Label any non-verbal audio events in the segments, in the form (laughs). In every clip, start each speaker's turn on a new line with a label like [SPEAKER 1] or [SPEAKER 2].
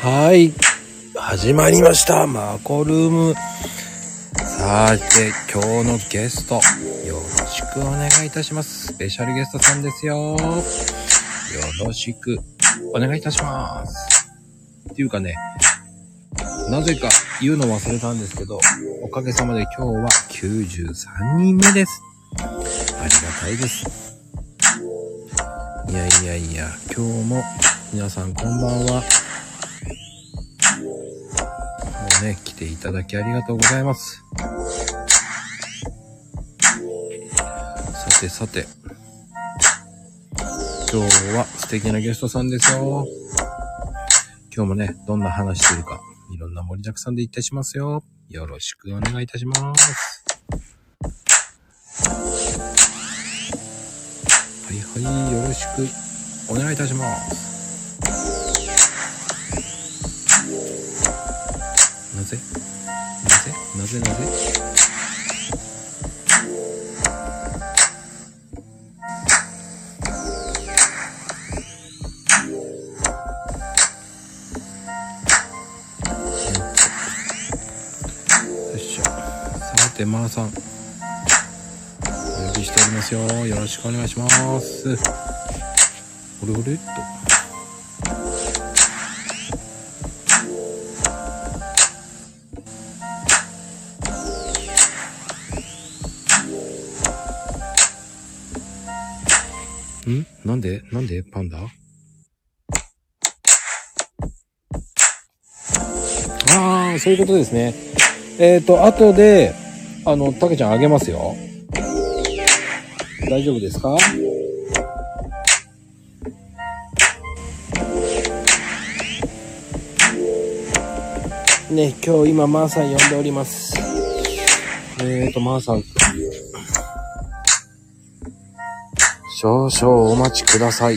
[SPEAKER 1] はい始まりましたマコルームさあて今日のゲストよろしくお願いいたしますスペシャルゲストさんですよよろしくお願いいたしますっていうかねなぜか言うの忘れたんですけどおかげさまで今日は93人目ですありがたいですいやいやいや今日も皆さんこんばんはもうね、来ていただきありがとうございます。さてさて、今日は素敵なゲストさんですよ。今日もね、どんな話するか、いろんな盛りだくさんでいたしますよ。よろしくお願いいたします。はいはい、よろしくお願いいたします。なぜなぜなぜなぜよいしょさてまー、さんお呼びしておりますよよろしくお願いしますおれおれっとんなんでなんでパンダああ、そういうことですね。えっ、と、後で、あの、たけちゃんあげますよ。大丈夫ですかね、今日今、まー、さん呼んでおります。えっ、ー、と、まー、さん、少々お待ちください。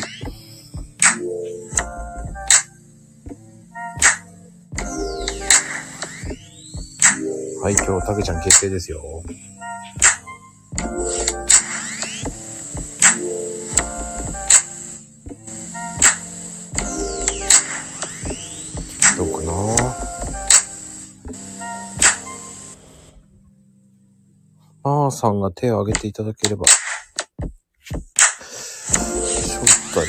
[SPEAKER 1] はい、今日、たけちゃん決定ですよ。どうかなまーさんが手を挙げていただければ。招待はい、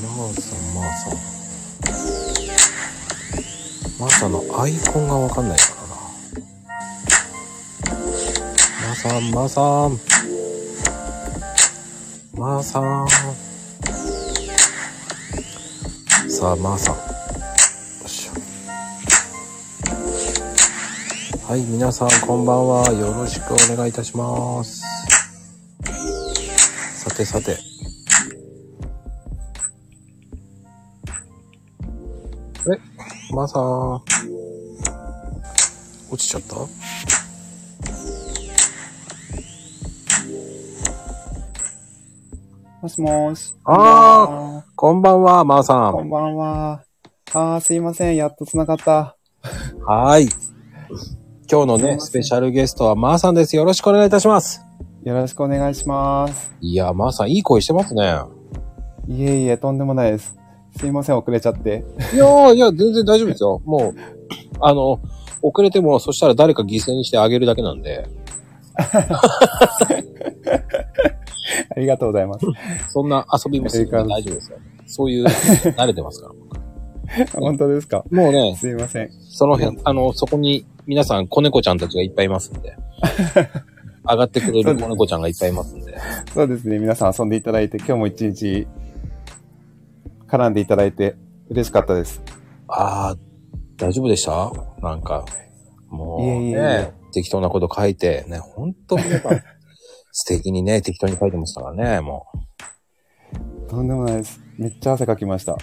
[SPEAKER 1] マーさん、マーさん。マーさんのアイコンがわかんないからな。マーさん、マーさん。マーさん。さあ、マーさん。よいしょはい、皆さん、こんばんは。よろしくお願いいたします。さてさて。あれまーさん。落ちちゃった
[SPEAKER 2] もしもーし。
[SPEAKER 1] あこんばんは、まーさ
[SPEAKER 2] あこ
[SPEAKER 1] ん。
[SPEAKER 2] んばんは。あー、すいません。やっと繋がった。
[SPEAKER 1] はーい。今日の
[SPEAKER 2] すい
[SPEAKER 1] ね、
[SPEAKER 2] ません
[SPEAKER 1] スペシャルゲストはまーさんです。よろしくお願いいたします。
[SPEAKER 2] よろしくお願いします。
[SPEAKER 1] いやー、まーさん、いい声してますね。いや
[SPEAKER 2] いえいえ、とんでもないです。すいません。遅れちゃって。
[SPEAKER 1] ー、いや、全然大丈夫ですよ。もう、あの、遅れても、そしたら誰か犠牲にしてあげるだけなんで、
[SPEAKER 2] ありがとうござい
[SPEAKER 1] (laughs)
[SPEAKER 2] ます。
[SPEAKER 1] そんな遊びもするから大丈夫ですよ。そういう、慣れてます (laughs) から。
[SPEAKER 2] 本当ですか
[SPEAKER 1] もうね、
[SPEAKER 2] すいません。
[SPEAKER 1] その辺、あの、そこに皆さん子猫ちゃんたちがいっぱいいます
[SPEAKER 2] (laughs)
[SPEAKER 1] んで。上がってくれる子猫ちゃんがいっぱいいますんで。
[SPEAKER 2] そうですね。皆さん遊んでいただいて、今日も一日、絡んでいただいて、嬉しかったです。
[SPEAKER 1] ああ、大丈夫でしたなんか、もう、
[SPEAKER 2] いえいえ
[SPEAKER 1] ね
[SPEAKER 2] いえ
[SPEAKER 1] 適当なこと書いて、ね、ほんと皆
[SPEAKER 2] (laughs)
[SPEAKER 1] さん、素敵にね、適当に書いてましたからね、もう。
[SPEAKER 2] とんでもないです。めっちゃ汗かきました。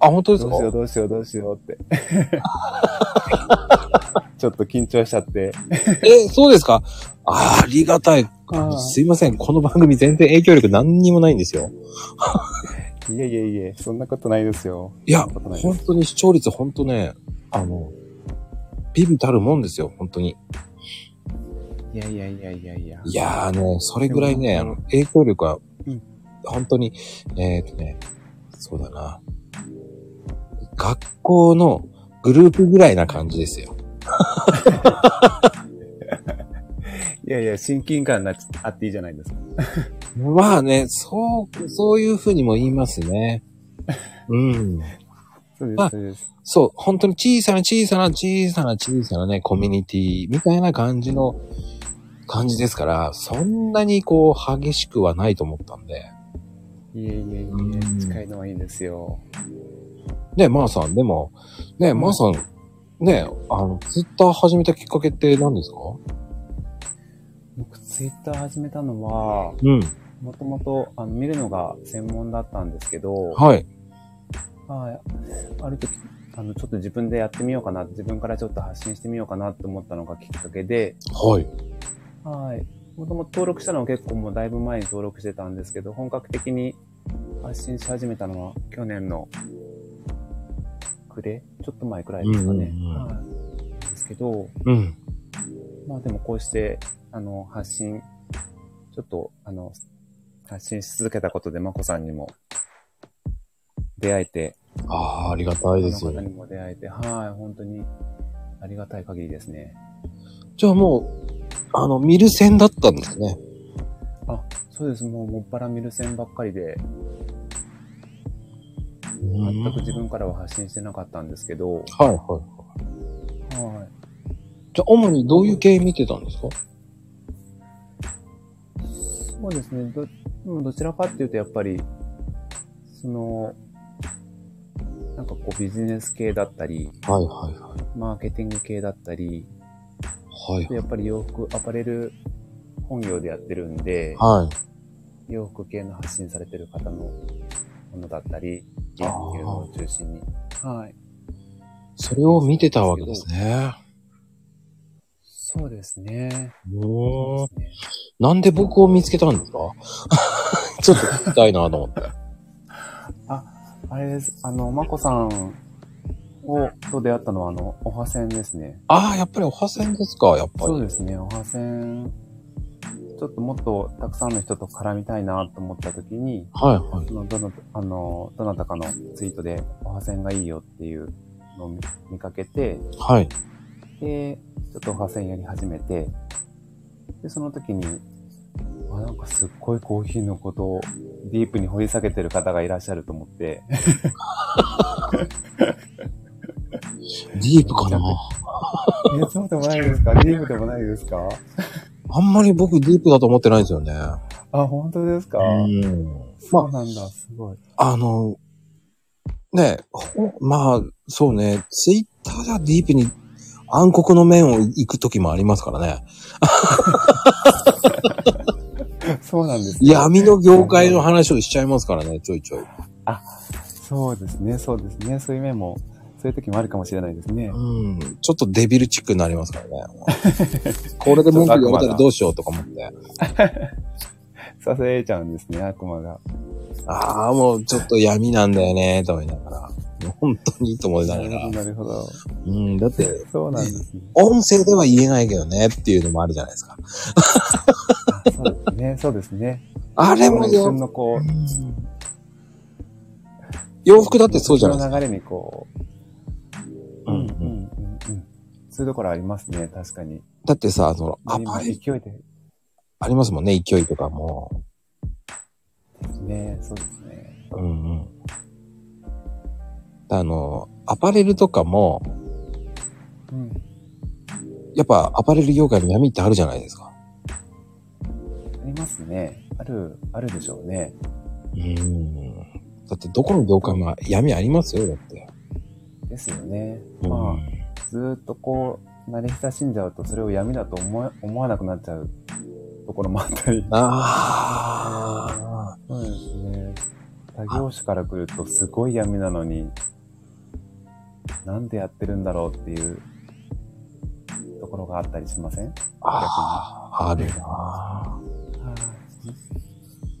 [SPEAKER 1] あ、本当です
[SPEAKER 2] どう
[SPEAKER 1] か
[SPEAKER 2] しよう、どうしよう、どうしようって。
[SPEAKER 1] (laughs)
[SPEAKER 2] ちょっと緊張しちゃって。
[SPEAKER 1] え、そうですかあーありがたい。あの
[SPEAKER 2] あー
[SPEAKER 1] すいません。この番組全然影響力何にもないんですよ。
[SPEAKER 2] いえいえいえ、そんなことないですよ。
[SPEAKER 1] いや
[SPEAKER 2] そんなことないです
[SPEAKER 1] 本当に視聴率本当ね、あの、ビビたるもんですよ、本当に。
[SPEAKER 2] いやいやいやいやいや。
[SPEAKER 1] いやーね、それぐらいね、あの、影響力は
[SPEAKER 2] うん、
[SPEAKER 1] 本当に、えーっとね、そうだな。学校のグループぐらいな感じですよ。
[SPEAKER 2] いやいや、親近感なあっていいじゃないですか。
[SPEAKER 1] まあね、そう、そういうふうにも言いますね。
[SPEAKER 2] (laughs)
[SPEAKER 1] うん。
[SPEAKER 2] そうで
[SPEAKER 1] あ
[SPEAKER 2] す、そうです。
[SPEAKER 1] そう、本当に小さな小さな小さな小さなね、コミュニティみたいな感じの感じですから、そんなにこう激しくはないと思ったんで。
[SPEAKER 2] いえいえい
[SPEAKER 1] うん
[SPEAKER 2] え、近いのはいいんですよ。
[SPEAKER 1] ね、まー、さん、でも、ね、まー、さん、ね、あの、ツイッター始めたきっかけって何ですか
[SPEAKER 2] 僕、ツイッター始めたのは、
[SPEAKER 1] うん。
[SPEAKER 2] もともと、あの、見るのが専門だったんですけど、
[SPEAKER 1] はい。
[SPEAKER 2] はい。ある時、あの、ちょっと自分でやってみようかな、自分からちょっと発信してみようかなって思ったのがきっかけで、
[SPEAKER 1] はい。
[SPEAKER 2] はい。もともと登録したのは結構もうだいぶ前に登録してたんですけど、本格的に発信し始めたのは去年の暮れちょっと前くらいですか
[SPEAKER 1] う
[SPEAKER 2] ね。
[SPEAKER 1] んうんうん
[SPEAKER 2] はい。ですけど、
[SPEAKER 1] うん。
[SPEAKER 2] まあでもこうして、あの、発信、ちょっと、あの、発信し続けたことで、まこさんにも出会えて、
[SPEAKER 1] ああ、ありがたいです
[SPEAKER 2] こ
[SPEAKER 1] よ
[SPEAKER 2] の方。にも出会えて、はい、本当にありがたい限りですね。
[SPEAKER 1] じゃあもう、あの、見る線だったんですね。
[SPEAKER 2] そうです、もうもっぱら見る線ばっかりで、全
[SPEAKER 1] 全
[SPEAKER 2] く自分からは発信してなかったんですけど、
[SPEAKER 1] はいはい。
[SPEAKER 2] は
[SPEAKER 1] じゃあ、主にどういう系見てたんですか
[SPEAKER 2] い。そうですね、ど、うんどちらかっていうとやっぱり、その、なんかこうビジネス系だったり、
[SPEAKER 1] はいはいは
[SPEAKER 2] マーケティング系だったり、
[SPEAKER 1] い。はい。
[SPEAKER 2] やっぱり洋服、アパレル本業でやってるんで、
[SPEAKER 1] はい。
[SPEAKER 2] 洋服系の発信されてる方のものだったり、っていうのを中心に。はい。
[SPEAKER 1] それを見てたわけですね。
[SPEAKER 2] そうですね。
[SPEAKER 1] おー
[SPEAKER 2] そうで
[SPEAKER 1] なんで僕を見つけたんですか (laughs) ちょっと聞きたいなと思って。
[SPEAKER 2] すねあれです。あの、まこさんを、と出会ったのは、あの、おはせんですね。
[SPEAKER 1] ああ、やっぱりおはせんですか、やっぱ
[SPEAKER 2] そう
[SPEAKER 1] り。
[SPEAKER 2] ですね、おはせん。ちょっともっとたくさんの人と絡みたいなと思った時に、
[SPEAKER 1] はいはい。
[SPEAKER 2] そのどなたあのどなたかのツイートで、おはせんがいいよっていうのを見見かけて、
[SPEAKER 1] はい。
[SPEAKER 2] で、ちょっとおはせんやり始めて、で、その時に、あ、なんかすっごいコーヒーのことをディープに掘り下げてる方がいらっしゃると思って、
[SPEAKER 1] ディープかな
[SPEAKER 2] え、そうでも (laughs) ないです (laughs) かディープでもないですか
[SPEAKER 1] あんまり僕ディープだと思ってないんですよね。
[SPEAKER 2] あ、本当ですか、
[SPEAKER 1] うん。
[SPEAKER 2] そうなんだ、すごい。
[SPEAKER 1] あの、ねほまあ、そうね、ツイッターではディープに暗黒の面を行く時もありますからね。
[SPEAKER 2] そうなんです、
[SPEAKER 1] 闇の業界の話をしちゃいますからね、ちょいちょい。
[SPEAKER 2] そうですね、そうですね。そういう面も、そういう時もあるかもしれないですね。
[SPEAKER 1] うん。ちょっとデビルチックになりますからね。 (laughs) これで文句言われたらどうしようとか思 (laughs) って。
[SPEAKER 2] させちゃうんですね、悪魔が。
[SPEAKER 1] ああ、もうちょっと闇なんだよね、と思いながら。本当にいいと思いながら。
[SPEAKER 2] なるほど。
[SPEAKER 1] うん、だって、
[SPEAKER 2] そうなんですね。
[SPEAKER 1] 音声では言えないけどねっていうのもあるじゃないですか。
[SPEAKER 2] あそうですね、そうですね。
[SPEAKER 1] あれも
[SPEAKER 2] 一
[SPEAKER 1] よ
[SPEAKER 2] 瞬、のこう、
[SPEAKER 1] 洋服だってそうじゃないですか。
[SPEAKER 2] の流れにこ
[SPEAKER 1] う
[SPEAKER 2] う、
[SPEAKER 1] んうん
[SPEAKER 2] うん、うん。そういうところありますね、確かに。
[SPEAKER 1] だってさ、その、ア
[SPEAKER 2] 今
[SPEAKER 1] パ
[SPEAKER 2] 勢
[SPEAKER 1] レ
[SPEAKER 2] い
[SPEAKER 1] ル
[SPEAKER 2] で、
[SPEAKER 1] ありますもんね、勢いとかも。
[SPEAKER 2] ね、そうですね。
[SPEAKER 1] うんうん。あの、アパレルとかも、
[SPEAKER 2] うん。
[SPEAKER 1] やっぱアパレル業界の闇ってあるじゃないですか。
[SPEAKER 2] ありますね。ある、あるでしょうね。
[SPEAKER 1] うん。だってどこの業界も闇ありますよ、だって。
[SPEAKER 2] ですよね。まあ、ずーっとこう、慣れ親しんじゃうと、それを闇だと思え思わなくなっちゃうところもあったり。
[SPEAKER 1] ああ。
[SPEAKER 2] そうですね。他業種から来ると、すごい闇なのに、なんでやってるんだろうっていうところがあったりしません
[SPEAKER 1] ああ、あるな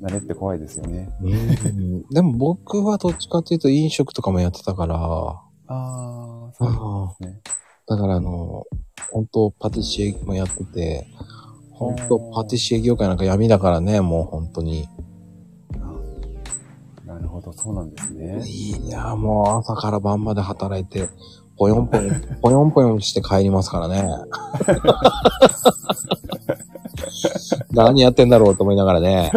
[SPEAKER 2] 慣れって怖いですよね。
[SPEAKER 1] うん。 (laughs) でも僕はどっちかっていうと飲食とかもやってたから、
[SPEAKER 2] ああ、
[SPEAKER 1] う
[SPEAKER 2] そ
[SPEAKER 1] ん
[SPEAKER 2] うですね。
[SPEAKER 1] だからあの、本当パティシエもやってて、本当パティシエ業界なんか闇だからね、もう本当に。
[SPEAKER 2] なるほほど、そうなんですね。
[SPEAKER 1] いや、もう朝から晩まで働いて、ぽよんぽよん、ぽよんぽよんして帰りますからね。 (laughs) 何やってんだろうと思いながらね。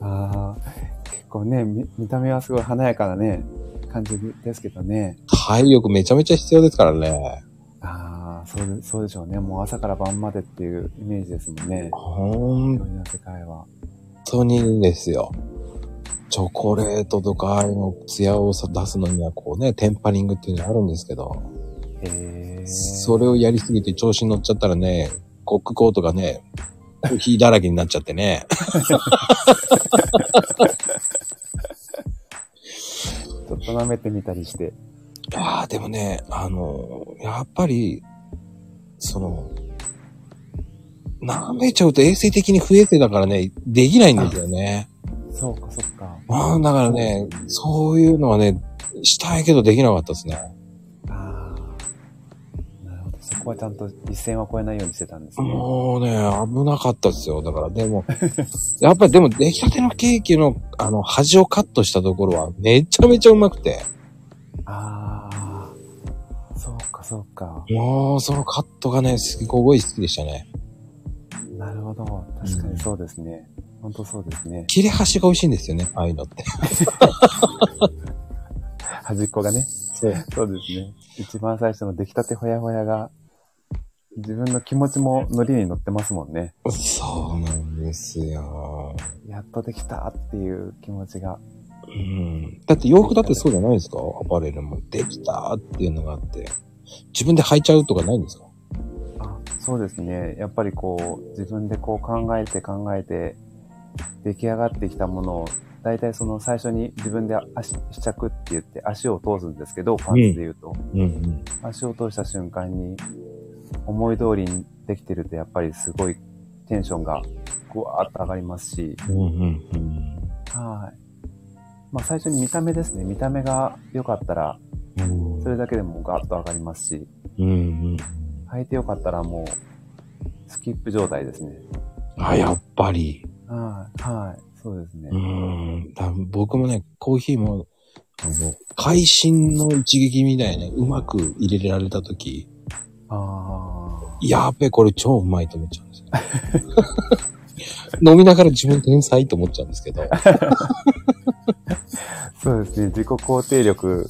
[SPEAKER 2] ああ、結構ね見、見た目はすごい華やかなね、感じですけどね。
[SPEAKER 1] 体力めちゃめちゃ必要ですからね。
[SPEAKER 2] ああ、そうで、そうでしょうね。もう朝から晩までっていうイメージですもんね。
[SPEAKER 1] 本
[SPEAKER 2] 料理の世界は。
[SPEAKER 1] 当にですよ。チョコレートとかああいうの艶をさ出すのにはこうね、テンパリングっていうのあるんですけど、
[SPEAKER 2] へえ。
[SPEAKER 1] それをやりすぎて調子に乗っちゃったらね、コックコートがね、コーヒーだらけになっちゃってね。
[SPEAKER 2] ちょっと舐めてみたりして。
[SPEAKER 1] いやーでもね、あの、やっぱり、その、舐めちゃうと衛生的に不衛生だからね、できないんですよね。
[SPEAKER 2] そうか、そうか。
[SPEAKER 1] ああ、だからね、そういうのはね、したいけどできなかったですね。
[SPEAKER 2] ああ。なるほど。そこはちゃんと一線は越えないようにしてたんですね。
[SPEAKER 1] もうね、危なかったですよ。だから、でも、やっぱりでも出来たてのケーキの、あの、端をカットしたところはめちゃめちゃうまくて、
[SPEAKER 2] ああ。そうか、そうか。
[SPEAKER 1] もうそのカットがね、すごい好きでしたね。
[SPEAKER 2] なるほど。確かにそうですね。本当そうですね。
[SPEAKER 1] 切れ端が美味しいんですよね、ああいうのって。
[SPEAKER 2] 端っこがね。そうですね。一番最初の出来たてほやほやが、自分の気持ちもノリに乗ってますもんね。
[SPEAKER 1] そうなんですよ。
[SPEAKER 2] やっとできたっていう気持ちが。
[SPEAKER 1] うん。だって洋服だってそうじゃないですかアパレルも。できたっていうのがあって。自分で履いちゃうとかないんですか
[SPEAKER 2] あそうですね。やっぱりこう、自分でこう考えて考えて、出来上がってきたものを、大体その最初に自分で足試着って言って足を通すんですけど、パンツで言うと。
[SPEAKER 1] うんうん。
[SPEAKER 2] 足を通した瞬間に、思い通りにできてると、やっぱりすごいテンションがぐわーっと上がりますし、
[SPEAKER 1] うんうんうん。
[SPEAKER 2] はい。まあ最初に見た目ですね。見た目が良かったら、
[SPEAKER 1] うん
[SPEAKER 2] それだけでもガーッと上がりますし、
[SPEAKER 1] うんうん。
[SPEAKER 2] 履いて良かったらもう、スキップ状態ですね。
[SPEAKER 1] あ、やっぱり。
[SPEAKER 2] はい、はい、そうですね
[SPEAKER 1] う。ん。だ僕もね、コーヒーも、あの、会心の一撃みたいにね、うまく入れられたとき、
[SPEAKER 2] あ
[SPEAKER 1] やっべ、これ超うまいと思っちゃうんですよ。 (laughs) 飲みながら自分天才と思っちゃうんですけど。
[SPEAKER 2] あ、そうですね。自己肯定力、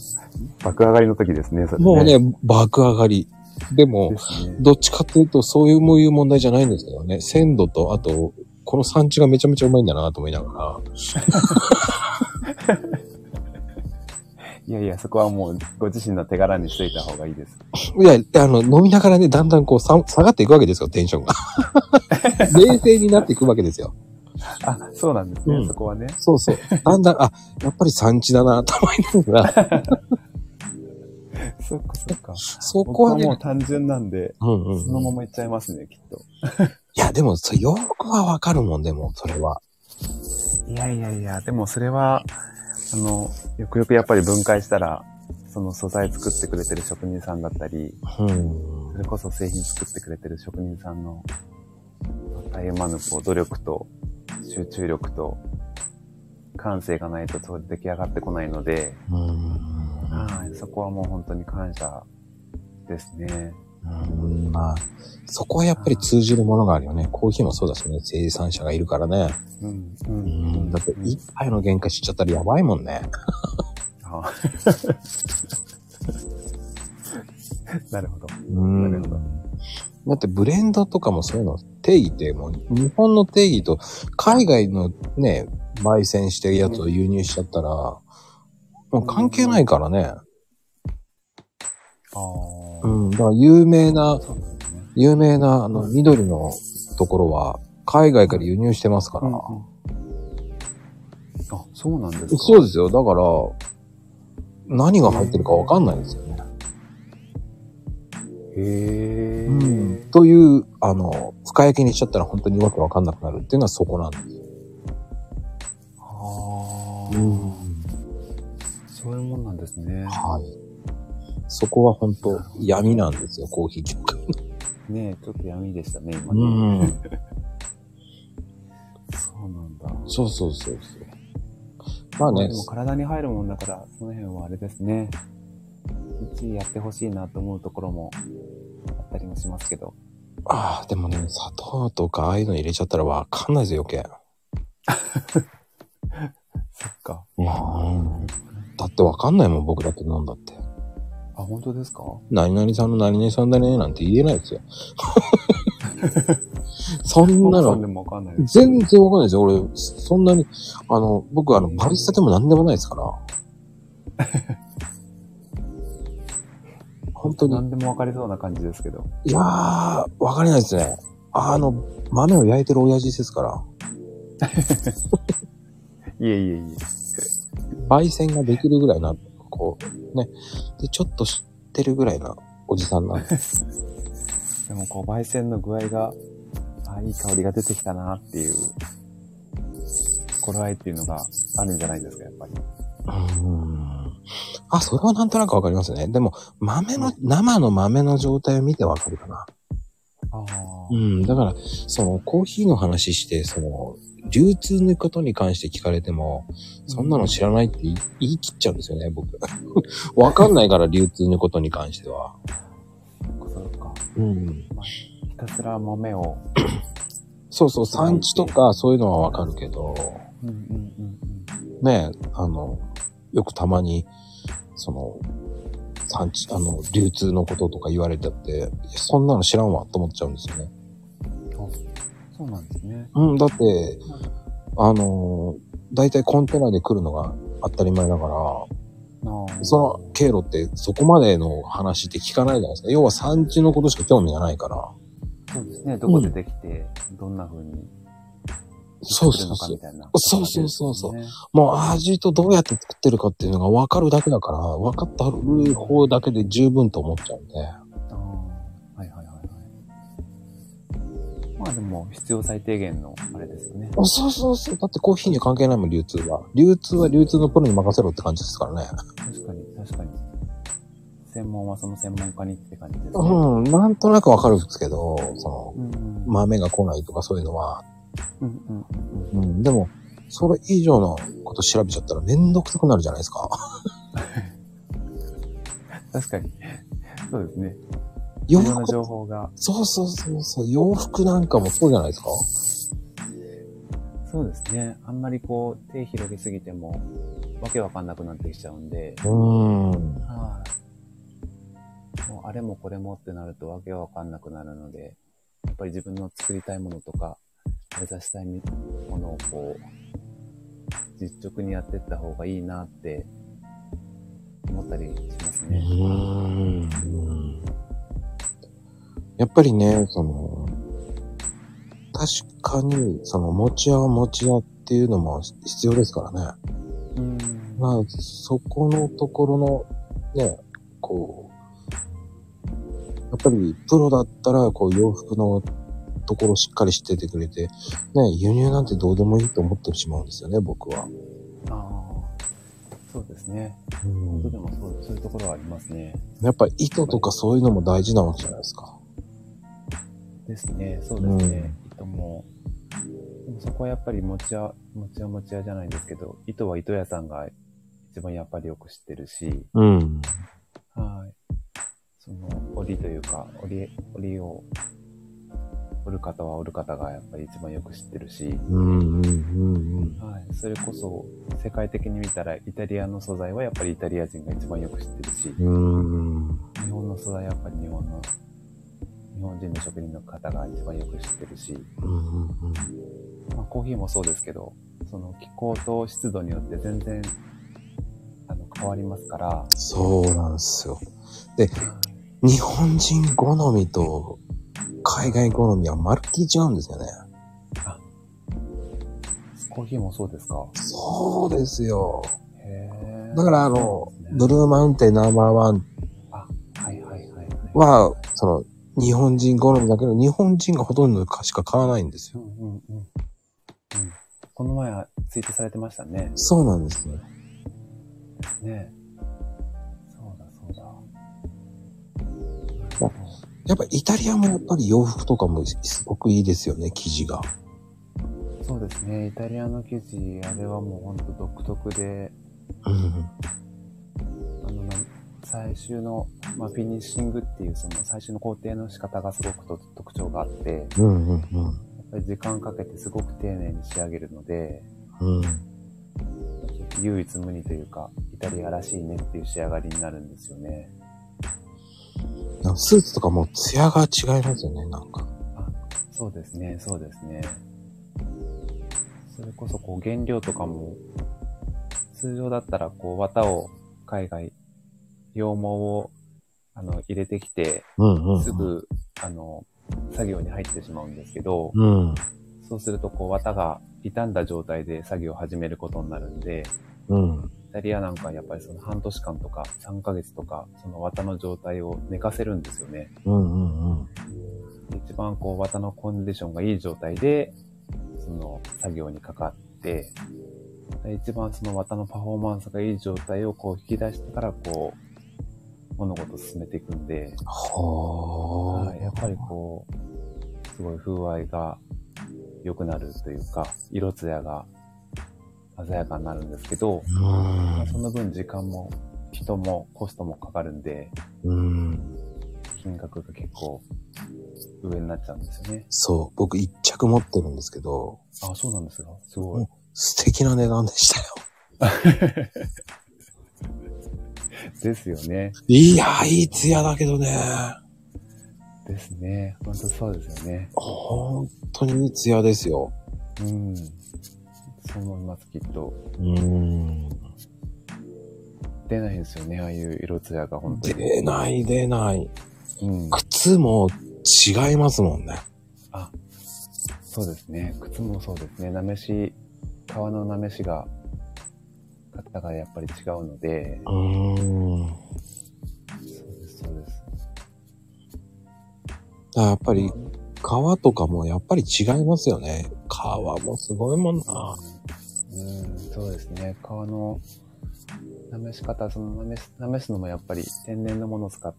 [SPEAKER 2] 爆上がりの時ですね、それね。
[SPEAKER 1] もうね、爆上がり。でも
[SPEAKER 2] で、すね。
[SPEAKER 1] どっちかっていうと、そういうもういう問題じゃないんですけどね。鮮度と、あと、この産地がめちゃめちゃうまいんだなと思いなが
[SPEAKER 2] いやいや、そこはもう、ご自身の手柄にしといた方がいいです。
[SPEAKER 1] ら。いや、あの、飲みながらね、だんだんこう、さ下がっていくわけですよ、テンショ (laughs) ンが。冷静になっていくわけですよ。
[SPEAKER 2] あ、そうなんですね、
[SPEAKER 1] うん
[SPEAKER 2] そこはね。
[SPEAKER 1] そうそう。だんだん、あ、やっぱり産地だなと思いながら、
[SPEAKER 2] そっかそっか。
[SPEAKER 1] そ
[SPEAKER 2] 僕
[SPEAKER 1] こ
[SPEAKER 2] は
[SPEAKER 1] はね、
[SPEAKER 2] もう単純なんで、
[SPEAKER 1] うんうん
[SPEAKER 2] そのままいっちゃいますね、きっと。
[SPEAKER 1] いや、でも、そよくはわかるもんでも、それは。
[SPEAKER 2] いやいやいや、でもそれは、あの、よくよくやっぱり分解したら、その素材作ってくれてる職人さんだったり、
[SPEAKER 1] うん
[SPEAKER 2] そ。れこそ製品作ってくれてる職人さんの、たゆまぬこう努力と集中力と感性がないとそう出来上がってこないので、
[SPEAKER 1] うん。
[SPEAKER 2] はい、そこはもう本当に感謝ですね。
[SPEAKER 1] うんまあ、そこはやっぱり通じるものがあるよね。コーヒーもそうだしね、生産者がいるからね。
[SPEAKER 2] うん、うん
[SPEAKER 1] う、ん。だって、
[SPEAKER 2] うん
[SPEAKER 1] 一杯の限界しちゃったらやばいもんね。
[SPEAKER 2] あ (laughs) なるほど。
[SPEAKER 1] う
[SPEAKER 2] なるほど
[SPEAKER 1] だって、ブレンドとかもそういうの、定義って、もう、日本の定義と、海外のね、焙煎してるやつを輸入しちゃったら、もう関係ないからね。
[SPEAKER 2] あ
[SPEAKER 1] う
[SPEAKER 2] あ、
[SPEAKER 1] ん。だから、有名な、
[SPEAKER 2] そうなんですね。
[SPEAKER 1] 有名な、あの、緑のところは、海外から輸入してますから。
[SPEAKER 2] あ、そうなんですか。
[SPEAKER 1] そうですよ。だから、何が入ってるかわかんないんですよね。
[SPEAKER 2] へえ、
[SPEAKER 1] うん。という、あの、深焼きにしちゃったら本当にわけわかんなくなるっていうのはそこなんですよ。
[SPEAKER 2] はあ、そういうもんなんですね。
[SPEAKER 1] はい。そこは本当闇なんですよ、コーヒー業界。
[SPEAKER 2] ねえ、ちょっと闇でしたね、今ね。
[SPEAKER 1] うん。
[SPEAKER 2] そうなんだ。
[SPEAKER 1] そうそうそうそう。まあね
[SPEAKER 2] でも、体に入るもんだから、その辺はあれですね。きっちりやってほしいなと思うところもあったりもしますけど。
[SPEAKER 1] ああ、でもね、砂糖とかああいうの入れちゃったらわかんないですよ、余計。
[SPEAKER 2] そっか。
[SPEAKER 1] うん。だってわかんないもん、僕だって飲んだって。
[SPEAKER 2] あ、本当ですか
[SPEAKER 1] 何々さんの何々さんだね、なんて言えない
[SPEAKER 2] (laughs)
[SPEAKER 1] ですよ。そんな
[SPEAKER 2] 奥さん
[SPEAKER 1] の、
[SPEAKER 2] でもわかんないです。
[SPEAKER 1] 全然わかんないですよ。俺、そんなに、あの、僕、あの、バリスタでも何でもないですから。
[SPEAKER 2] (laughs)
[SPEAKER 1] 本当に
[SPEAKER 2] 何でもわかりそうな感じですけど。
[SPEAKER 1] いやー、わかりないですね。あの、豆を焼いてる親父ですから、
[SPEAKER 2] いえいえいえ。
[SPEAKER 1] 焙煎ができるぐらいな、こう、ね。で、ちょっと知ってるぐらいなおじさんなんで。
[SPEAKER 2] でもこう、焙煎の具合が、あ、いい香りが出てきたなっていう、頃合いっていうのがあるんじゃないですか、やっぱり。
[SPEAKER 1] うーん。あ、それはなんとなくわかりますね。でも、豆の、生の豆の状態を見てわかるかな。
[SPEAKER 2] ああ。
[SPEAKER 1] うん。だから、その、コーヒーの話して、その、流通のことに関して聞かれても、そんなの知らないって言い言い切っちゃうんですよね、僕。 (laughs) わかんないから、流通のことに関しては。
[SPEAKER 2] そうか。
[SPEAKER 1] うん。
[SPEAKER 2] ひたすら豆を。
[SPEAKER 1] そうそう、産地とかそういうのはわかるけど、
[SPEAKER 2] うんうんうんうん。
[SPEAKER 1] ねえ、あの、よくたまに、その、産地、あの、流通のこととか言われたって、いやそんなの知らんわと思っちゃうんですよね。
[SPEAKER 2] そうなんですね。
[SPEAKER 1] うん、だって、あの、大体コンテナで来るのが当たり前だから、
[SPEAKER 2] ああ。
[SPEAKER 1] その経路ってそこまでの話って聞かないじゃないですか。要は産地のことしか興味がないから。
[SPEAKER 2] そうですね。どこでできて、どんな風に
[SPEAKER 1] そう
[SPEAKER 2] 作る
[SPEAKER 1] そ
[SPEAKER 2] の
[SPEAKER 1] うそう
[SPEAKER 2] かみ。たいな。
[SPEAKER 1] そうそうそうそう
[SPEAKER 2] ね。
[SPEAKER 1] もう味とどうやって作ってるかっていうのが分かるだけだから、分かったる方だけで十分と思っちゃうんで。
[SPEAKER 2] ああ。はいはいはいはい。まあでも、必要最低限のあれですよね。
[SPEAKER 1] あそうそうそう。だってコーヒーに関係ないもん、流通は。流通は流通のプロに任せろって感じですからね。
[SPEAKER 2] 確かに、確かに。専門はその専門家にって感じですね。
[SPEAKER 1] うん、なんとなく分かるんですけど、その、
[SPEAKER 2] うんうん
[SPEAKER 1] 豆が来ないとかそういうのは。
[SPEAKER 2] うんうんうん
[SPEAKER 1] うん、でも、それ以上のこと調べちゃったらめんどくさくなるじゃないですか。
[SPEAKER 2] 確かに。 (laughs) そうですね。い
[SPEAKER 1] 洋
[SPEAKER 2] ろんな
[SPEAKER 1] 服、
[SPEAKER 2] 情報が。
[SPEAKER 1] そうそうそうそう、洋服なんかもそうじゃないですか。
[SPEAKER 2] そうですね。あんまりこう、手広げすぎても、わけわかんなくなってきちゃうんで。
[SPEAKER 1] うん。
[SPEAKER 2] はい。もう、あれもこれもってなるとわけわかんなくなるので、やっぱり自分の作りたいものとか、目指したいものをこう、実直にやっていった方がいいなって、思ったりします
[SPEAKER 1] う
[SPEAKER 2] ね。
[SPEAKER 1] ーんやっぱりね、その、確かに、その、持ち屋は持ち屋っていうのも必要ですからね。
[SPEAKER 2] うん。
[SPEAKER 1] まあ、そこのところの、ね、こう、やっぱり、プロだったら、こう、洋服のところしっかり知っててくれて、ね、輸入なんてどうでもいいと思ってしまうんですよね、僕は。
[SPEAKER 2] ああ、そうですね。
[SPEAKER 1] うん
[SPEAKER 2] 僕でもそうそういうところはありますね。
[SPEAKER 1] やっぱり糸とかそういうのも大事なわけじゃないですか。
[SPEAKER 2] ですね、そうですね。糸も。でもそこはやっぱり持ち屋、持ち屋持ち屋じゃないんですけど、糸は糸屋さんが一番やっぱりよく知ってるし、
[SPEAKER 1] うん。
[SPEAKER 2] はい。その、織りというか、織り、織りを、織る方は織る方がやっぱり一番よく知ってるし、
[SPEAKER 1] うん、うん、うん、うん。
[SPEAKER 2] はい。それこそ、世界的に見たらイタリアの素材はやっぱりイタリア人が一番よく知ってるし、
[SPEAKER 1] うーん。
[SPEAKER 2] 日本の素材はやっぱり日本の、日本人の職人の方が一番よく知ってるし、
[SPEAKER 1] うんうん
[SPEAKER 2] まあ、コーヒーもそうですけど、その気候と湿度によって全然、あの、変わりますから、
[SPEAKER 1] そうなんですよ。日本人好みと海外好みはまるっきり違うんですよね。
[SPEAKER 2] コーヒーもそうですか
[SPEAKER 1] そうですよ。
[SPEAKER 2] へー
[SPEAKER 1] だからあの
[SPEAKER 2] そう、です
[SPEAKER 1] ブル
[SPEAKER 2] ね
[SPEAKER 1] ーマウンテンナンバーワン
[SPEAKER 2] はいはいはい、はい。
[SPEAKER 1] は、その、日本人好みだけど、日本人がほとんどしか買わないんです
[SPEAKER 2] う
[SPEAKER 1] よ。
[SPEAKER 2] んうんうん。うん、この前はツイートされてましたね。
[SPEAKER 1] そうなんですね。
[SPEAKER 2] ですね。そうだそうだ。
[SPEAKER 1] あやっぱイタリアもやっぱり洋服とかもすごくいいですよね、生地が。
[SPEAKER 2] そうですね。イタリアの生地、あれはもうほんと独特で、
[SPEAKER 1] うん。
[SPEAKER 2] あの、な最終の、まあ、フィニッシングっていう、その最終の工程の仕方がすごくと特徴があって、やっ
[SPEAKER 1] うんうんうん。
[SPEAKER 2] ぱり時間かけてすごく丁寧に仕上げるので、
[SPEAKER 1] うん。
[SPEAKER 2] 唯一無二というか、イタリアらしいねっていう仕上がりになるんですよね。
[SPEAKER 1] なんかスーツとかもツヤが違いますよね、なんか。
[SPEAKER 2] そうですね、そうですね。それこそこう原料とかも、通常だったらこう綿を海外、羊毛をあの入れてきて、
[SPEAKER 1] うんうん、うん。
[SPEAKER 2] す。ぐあの作業に入ってしまうんですけど、
[SPEAKER 1] うん。
[SPEAKER 2] そうするとこう綿が傷んだ状態で作業を始めることになるんで、
[SPEAKER 1] うん。
[SPEAKER 2] イタリアなんかはやっぱりその半年間とか3ヶ月とか、その綿の状態を寝かせるんですよね。
[SPEAKER 1] うんうんうん。
[SPEAKER 2] 一番こう、綿のコンディションがいい状態で、その作業にかかって、一番その綿のパフォーマンスがいい状態をこう引き出してからこう、物事を進めていくんで、
[SPEAKER 1] は
[SPEAKER 2] はいやっぱりこう、すごい風合いが良くなるというか、色艶が鮮やかになるんですけど、まあ
[SPEAKER 1] あ。
[SPEAKER 2] その分時間も人もコストもかかるんで、
[SPEAKER 1] うん。うん。
[SPEAKER 2] 金額が結構上になっちゃうんですよね。
[SPEAKER 1] そう。僕一着持ってるんですけど、
[SPEAKER 2] あ、そうなんですか。すごい。
[SPEAKER 1] 素敵な値段でしたよ。
[SPEAKER 2] ですよね。
[SPEAKER 1] いやー、いいツヤだけどね。
[SPEAKER 2] ですね。本当そうですよね。
[SPEAKER 1] 本当にいいツヤですよ。
[SPEAKER 2] うん。そう思います、きっと。
[SPEAKER 1] うん。
[SPEAKER 2] 出ないんですよね、ああいう色艶が本当に。
[SPEAKER 1] 出ない出ない。
[SPEAKER 2] うん。
[SPEAKER 1] 靴も違いますもんね。
[SPEAKER 2] あ、そうですね。靴もそうですね。なめし、革のなめしが、型がやっぱり違うので、
[SPEAKER 1] うーん。だか
[SPEAKER 2] そうです、そうです。
[SPEAKER 1] らやっぱり、革とかもやっぱり違いますよね。革もすごいもんな。
[SPEAKER 2] うん、そうですね。革の、なめし方、そのなめし、なめすのもやっぱり天然のものを使っ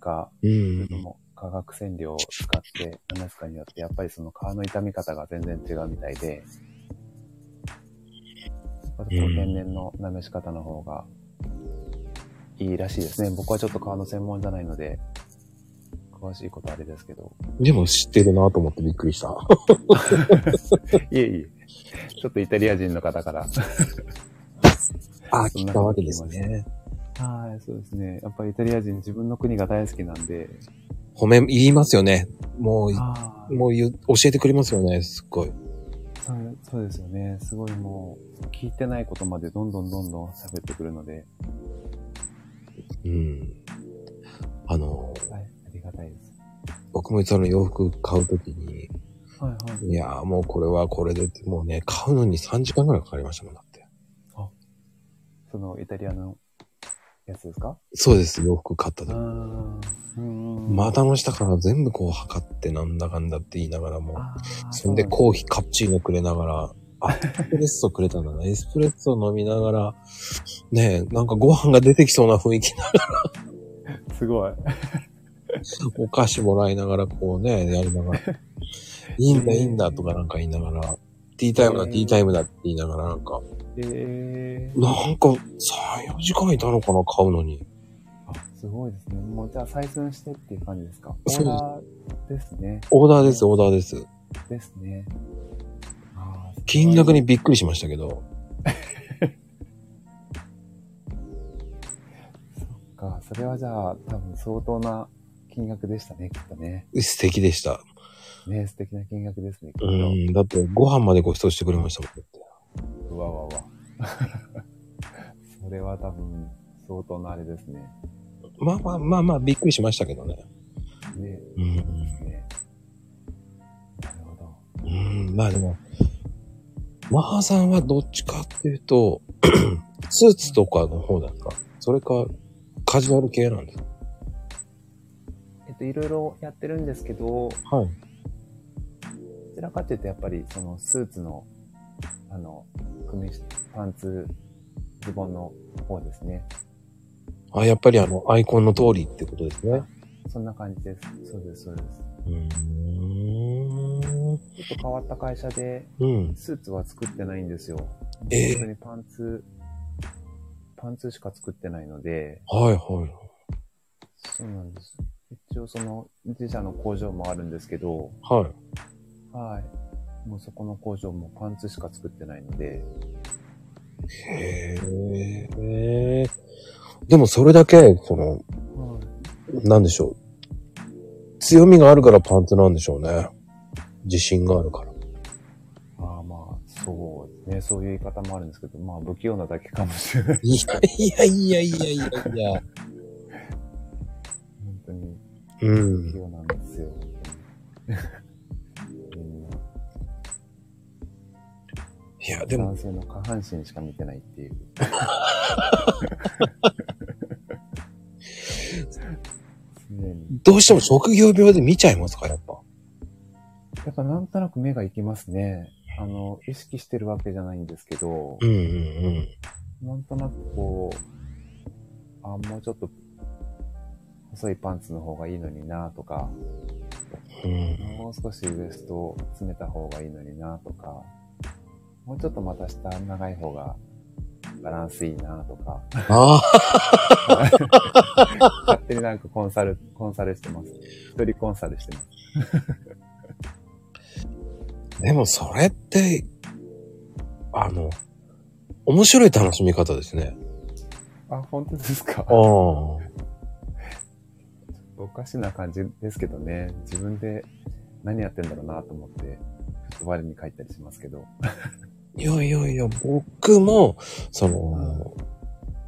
[SPEAKER 2] た、
[SPEAKER 1] う
[SPEAKER 2] それ
[SPEAKER 1] ん
[SPEAKER 2] とも化学染料を使って話すかによって、やっぱりその皮の傷み方が全然違うみたいで、やっぱその天然の舐めし方の方がいいらしいですね。僕はちょっと皮の専門じゃないので、詳しいことあれですけど。
[SPEAKER 1] でも知ってるなと思ってびっくり (laughs) した。
[SPEAKER 2] いえいえ、ちょっとイタリア人の方から。
[SPEAKER 1] あ、聞いたわけですね。
[SPEAKER 2] はい、そうですね。やっぱりイタリア人自分の国が大好きなんで、
[SPEAKER 1] 褒め、言いますよね。もう、
[SPEAKER 2] あー
[SPEAKER 1] もう言う、教えてくれますよね。すっごい。
[SPEAKER 2] そうそうですよね。すごいもう、聞いてないことまでどんどんどんどん喋ってくるので、
[SPEAKER 1] うん。あの、
[SPEAKER 2] はい、ありがたいです。
[SPEAKER 1] 僕もいつあの洋服買うときに、
[SPEAKER 2] はいはい。
[SPEAKER 1] いやーもうこれはこれでって、もうね、買うのに3時間ぐらいかかりましたもんだって。
[SPEAKER 2] そのイタリアのやつですか
[SPEAKER 1] そうです、洋服買った
[SPEAKER 2] う
[SPEAKER 1] 時。
[SPEAKER 2] ん。うん。
[SPEAKER 1] 股の下から全部こう測ってなんだかんだって言いながらも、
[SPEAKER 2] あー、
[SPEAKER 1] そんでコーヒーカプチーノくれながら、あ、エスプレッソくれたんだな。エスプレッソ飲みながら、ねえ、なんかご飯が出てきそうな雰囲気な、
[SPEAKER 2] う。すごい。
[SPEAKER 1] お菓子もらいながら、こうね、やりなが (laughs) ら、いいんだ、いいんだ、とかなんか言いながら、ティータイムだ、ティータイムだって言いながら、なんか、
[SPEAKER 2] えー、
[SPEAKER 1] なんか、3、4時間いたのかな、買うのに。
[SPEAKER 2] あすごいですね。もうじゃあ採寸してっていう感じですか
[SPEAKER 1] そうです
[SPEAKER 2] うですね。
[SPEAKER 1] オーダーです、オーダーです。
[SPEAKER 2] ですね。あー
[SPEAKER 1] 金額に。びっくりしましたけど、
[SPEAKER 2] そっか。それはじゃあ多分相当な金額でしたね、きっとね。
[SPEAKER 1] 素敵でした。
[SPEAKER 2] ね素敵な金額ですね、きっと。
[SPEAKER 1] うん、だってご飯までご馳走してくれましたもん。だって
[SPEAKER 2] うわうわう (laughs) わ。それは多分相当なあれですね。
[SPEAKER 1] まあまあまあまあ、びっくりしましたけどね。
[SPEAKER 2] ね
[SPEAKER 1] うん。
[SPEAKER 2] ね。なるほど。
[SPEAKER 1] うん、まあでも、マハさんはどっちかっていうと、 (clears throat) スーツとかの方なんですかそれか、カジュアル系なんですか
[SPEAKER 2] えっと、いろいろやってるんですけど、ど
[SPEAKER 1] はい。
[SPEAKER 2] ちらかというとやっぱりそのスーツの、あの、組み、パンツ、ズボンの方ですね。
[SPEAKER 1] あ、やっぱりあの、アイコンの通りってことですね。
[SPEAKER 2] そんな感じです。そうです、そうです。
[SPEAKER 1] うーん。ん。
[SPEAKER 2] ちょっと変わった会社で、
[SPEAKER 1] うん。
[SPEAKER 2] スーツは作ってないんですよ。
[SPEAKER 1] ええ
[SPEAKER 2] 本当にパンツ、パンツしか作ってないので、
[SPEAKER 1] はいはい。
[SPEAKER 2] そうなんです。一応その、自社の工場もあるんですけど、
[SPEAKER 1] はい。
[SPEAKER 2] はい。もうそこの工場もパンツしか作ってないので、
[SPEAKER 1] へえ。でもそれだけ、その、なんでしょう。強みがあるからパンツなんでしょうね。自信があるから。
[SPEAKER 2] まあまあ、そうですね。そういう言い方もあるんですけど、まあ不器用なだけかもしれ
[SPEAKER 1] (laughs)
[SPEAKER 2] ない。
[SPEAKER 1] いやいやいやいやいやいや。
[SPEAKER 2] 本当に
[SPEAKER 1] (laughs) う
[SPEAKER 2] 不器
[SPEAKER 1] ん。
[SPEAKER 2] 用なんですよ。みんない
[SPEAKER 1] や、でも、
[SPEAKER 2] 男性の下半身しか見てない
[SPEAKER 1] (laughs)
[SPEAKER 2] っていう。常に。
[SPEAKER 1] どうしても職業病で見ちゃいますか、やっぱ。
[SPEAKER 2] やっぱなんとなく目が行きますね。あの、意識してるわけじゃないんですけど、
[SPEAKER 1] んうん
[SPEAKER 2] なんとなくこう、あ、もうちょっと、細いパンツの方がいいのになとか、
[SPEAKER 1] うん。うん。
[SPEAKER 2] もう少しウエストを詰めた方がいいのになとか、もうちょっとまた下長い方がバランスいいなと (laughs) か、
[SPEAKER 1] ああ、
[SPEAKER 2] 勝手になんかコンサル、コンサルしてます。一人コンサルしてます。
[SPEAKER 1] でもそれって、あの、面白い楽しみ方ですね。
[SPEAKER 2] あ、本当です (laughs) か
[SPEAKER 1] ああ。
[SPEAKER 2] おかしな感じですけどね、自分で何やってんだろうなと思って、ちょっと我に返ったりしますけど。
[SPEAKER 1] いやいやいや、僕も、その、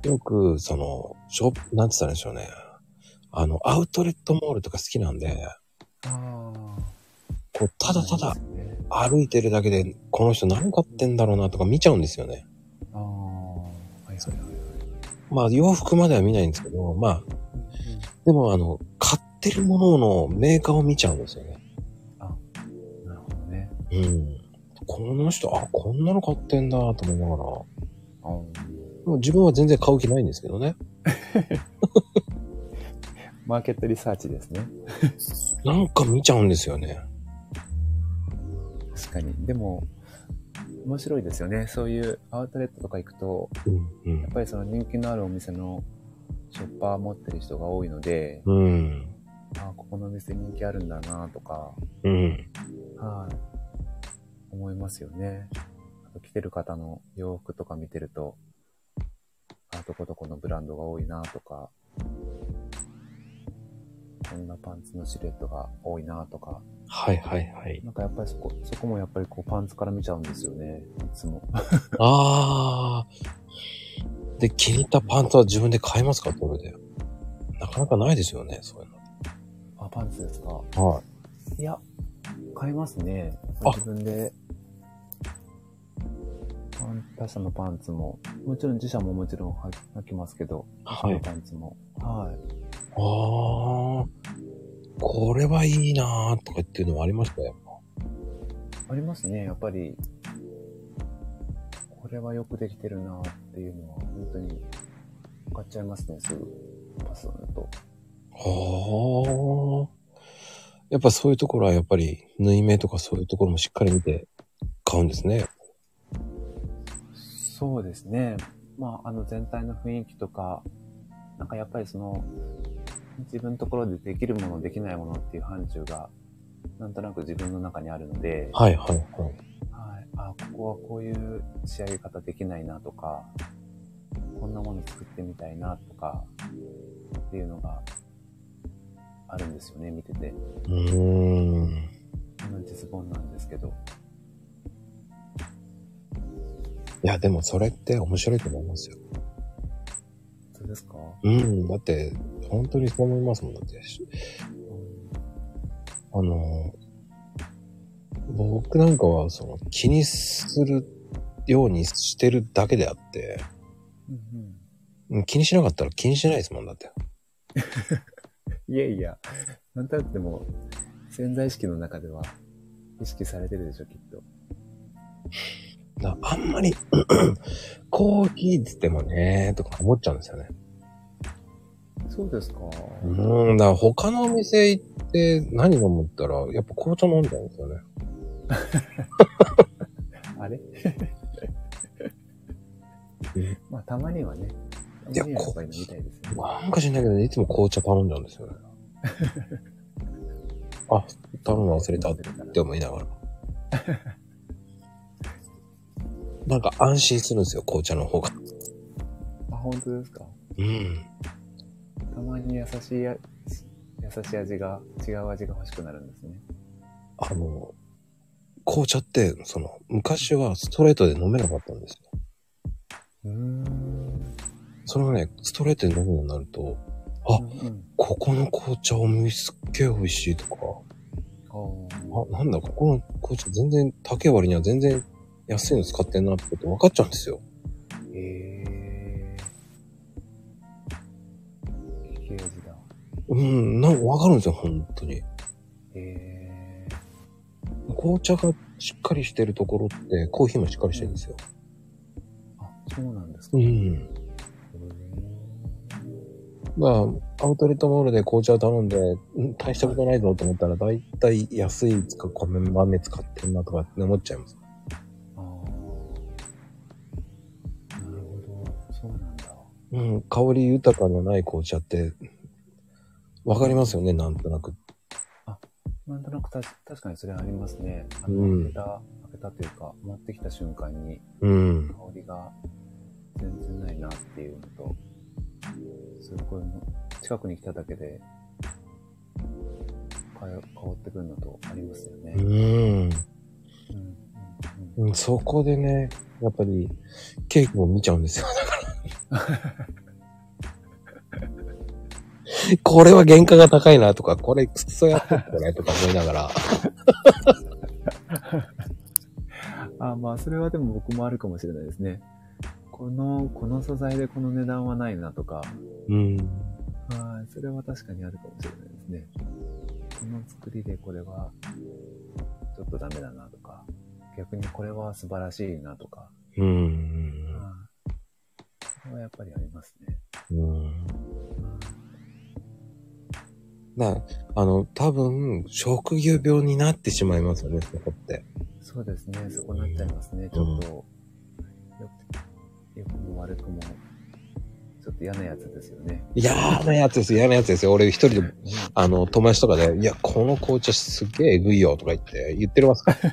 [SPEAKER 1] よく、その、ショップ、なんて言ったらいいんでしょうね。あの、アウトレットモールとか好きなんで、
[SPEAKER 2] あ
[SPEAKER 1] こう、ただただ
[SPEAKER 2] ね、
[SPEAKER 1] 歩いてるだけで、この人何買ってんだろうなとか見ちゃうんですよね。
[SPEAKER 2] ああ、はいはいはい。
[SPEAKER 1] まあ、洋服までは見ないんですけど、まあ、でもあの、買ってるもののメーカーを見ちゃうんですよね。
[SPEAKER 2] うんなるほどね。
[SPEAKER 1] うん。この人、あ、こんなの買ってんだと思いながら。
[SPEAKER 2] あー
[SPEAKER 1] もう自分は全然買う気ないんですけどね。
[SPEAKER 2] マーケットリサーチですね。
[SPEAKER 1] なんか見ちゃうんですよね。
[SPEAKER 2] 確かに。でも、面白いですよね。そういうアウトレットとか行くと、
[SPEAKER 1] うん。う
[SPEAKER 2] や
[SPEAKER 1] ん
[SPEAKER 2] っぱりその人気のあるお店のショッパー持ってる人が多いので、
[SPEAKER 1] うん。
[SPEAKER 2] あここのお店人気あるんだなとか、
[SPEAKER 1] うん。
[SPEAKER 2] はい、思いますよね。あと着てる方の洋服とか見てると、あ、どこどこのブランドが多いなとか、こんなパンツのシルエットが多いなとか、
[SPEAKER 1] はいはいはい。
[SPEAKER 2] なんかやっぱりそこ、そこもやっぱりこうパンツから見ちゃうんですよね、いつも。
[SPEAKER 1] あー。で、気に入ったパンツは自分で買いますかこれで。なかなかないですよね、そういう
[SPEAKER 2] あ、パンツですか
[SPEAKER 1] の。はい。
[SPEAKER 2] いや、買いますね。
[SPEAKER 1] あ
[SPEAKER 2] 自分で。パン他社のパンツも、もちろん自社ももちろんは履きますけど、他社
[SPEAKER 1] は
[SPEAKER 2] の
[SPEAKER 1] い。
[SPEAKER 2] パンツも。はい。
[SPEAKER 1] あー。これはいいなーとかっていうのはありましたよ。
[SPEAKER 2] ありますね、やっぱり。これはよくできてるなっていうのは、本当に、買っちゃいますね、すぐ。パスンと。
[SPEAKER 1] はあ。やっぱそういうところはやっぱり縫い目とかそういうところもしっかり見て買うんですね。
[SPEAKER 2] そうですね。まあ、あの全体の雰囲気とか、なんかやっぱりその、自分のところでできるもの、できないものっていう範疇が、なんとなく自分の中にあるので、
[SPEAKER 1] はいはいはい。
[SPEAKER 2] はい。あ、ここはこういう仕上げ方できないなとか、こんなもの作ってみたいなとか、っていうのがあるんですよね、見てて。
[SPEAKER 1] うーん。
[SPEAKER 2] 同じズボンなんですけど。
[SPEAKER 1] いや、でもそれって面白いと思いますよ。
[SPEAKER 2] そうですか、
[SPEAKER 1] うん。だって、本当にそう思いますもん。だって、
[SPEAKER 2] うん、
[SPEAKER 1] あの、僕なんかはその気にするようにしてるだけであって、
[SPEAKER 2] うん
[SPEAKER 1] うん気にしなかったら気にしないですもん。だって。
[SPEAKER 2] いやいや、なんとなくでも、潜在意識の中では、意識されてるでしょ、きっと。
[SPEAKER 1] だあんまり、 (clears throat) コーヒーっつってもね、とか思っちゃうんですよね。
[SPEAKER 2] そうですか。
[SPEAKER 1] うーん、だから他のお店行って何飲むったら、やっぱ紅茶飲んじゃうんですよね。(laughs)
[SPEAKER 2] あれ
[SPEAKER 1] うん
[SPEAKER 2] まあ、たまにはね。
[SPEAKER 1] いや
[SPEAKER 2] たまにはやっぱり飲みたいですよね。
[SPEAKER 1] なんか知んないけどね、いつも紅茶頼んじゃうん (laughs) ですよね。あ、頼むの忘れたって思い (laughs) ながら。なんか安心するんですよ、紅茶の方が。
[SPEAKER 2] あ、本当ですか。
[SPEAKER 1] うん。
[SPEAKER 2] たまに優しいや、優しい味が、違う味が欲しくなるんですね。
[SPEAKER 1] あの、紅茶って、その、昔はストレートで飲めなかったんですよ。
[SPEAKER 2] うーん。
[SPEAKER 1] それがね、ストレートで飲むようになると、あ
[SPEAKER 2] うんうん、
[SPEAKER 1] ここの紅茶お水すっげえ美味しいとか、
[SPEAKER 2] おー
[SPEAKER 1] あ、なんだ、ここの紅茶全然、竹割には全然安いの使ってんなってこと分かっちゃうんですよ。
[SPEAKER 2] えー。利き味だ。
[SPEAKER 1] うん、なんか分かるんですよ、本当に。
[SPEAKER 2] え
[SPEAKER 1] 紅茶がしっかりしてるところって、コーヒーもしっかりしてるんですよ。
[SPEAKER 2] ー。あ、そうなんですか。
[SPEAKER 1] うん。
[SPEAKER 2] うーん
[SPEAKER 1] まあ、アウトレットモールで紅茶を頼んで、うん大したことないぞと思ったら、だいたい安いつか米豆使ってんなとかって思っちゃいます。
[SPEAKER 2] ああ。なるほど。そうなんだ。
[SPEAKER 1] うん、香り豊かのない紅茶って、わかりますよね、なんとなく。
[SPEAKER 2] なんとなくたし確かにそれありますね。あの、
[SPEAKER 1] うん
[SPEAKER 2] 開けた、開けたというか、持ってきた瞬間に
[SPEAKER 1] うん
[SPEAKER 2] 香。りが全然ないなっていうのと、すごいもう近くに来ただけで、かよ香ってくるのとありますよね。
[SPEAKER 1] うん。
[SPEAKER 2] うん。うんうん
[SPEAKER 1] うんそこでね、やっぱり、ケーキも見ちゃうんですよ、だから。これは原価が高いなとか、これクソやってるこれとか思いながら。
[SPEAKER 2] あ、まあ、それはでも僕もあるかもしれないですね。この、この素材でこの値段はないなとか、
[SPEAKER 1] うん。
[SPEAKER 2] はい、それは確かにあるかもしれないですね。この作りでこれは、ちょっとダメだなとか、逆にこれは素晴らしいなとか、
[SPEAKER 1] うん。
[SPEAKER 2] はい。それはやっぱりありますね。
[SPEAKER 1] うん。な、あの、多分、職業病になってしまいますよね、そこって。
[SPEAKER 2] そうですね、そこなっちゃいますね、ちょっと。よく、よくも悪くも、ちょっと嫌なやつですよね。
[SPEAKER 1] 嫌なやつですよ、嫌なやつですよ。俺一人で、
[SPEAKER 2] ね
[SPEAKER 1] あの、友達とかで、いや、この紅茶すっげええぐいよ、とか言って、言ってますから。だ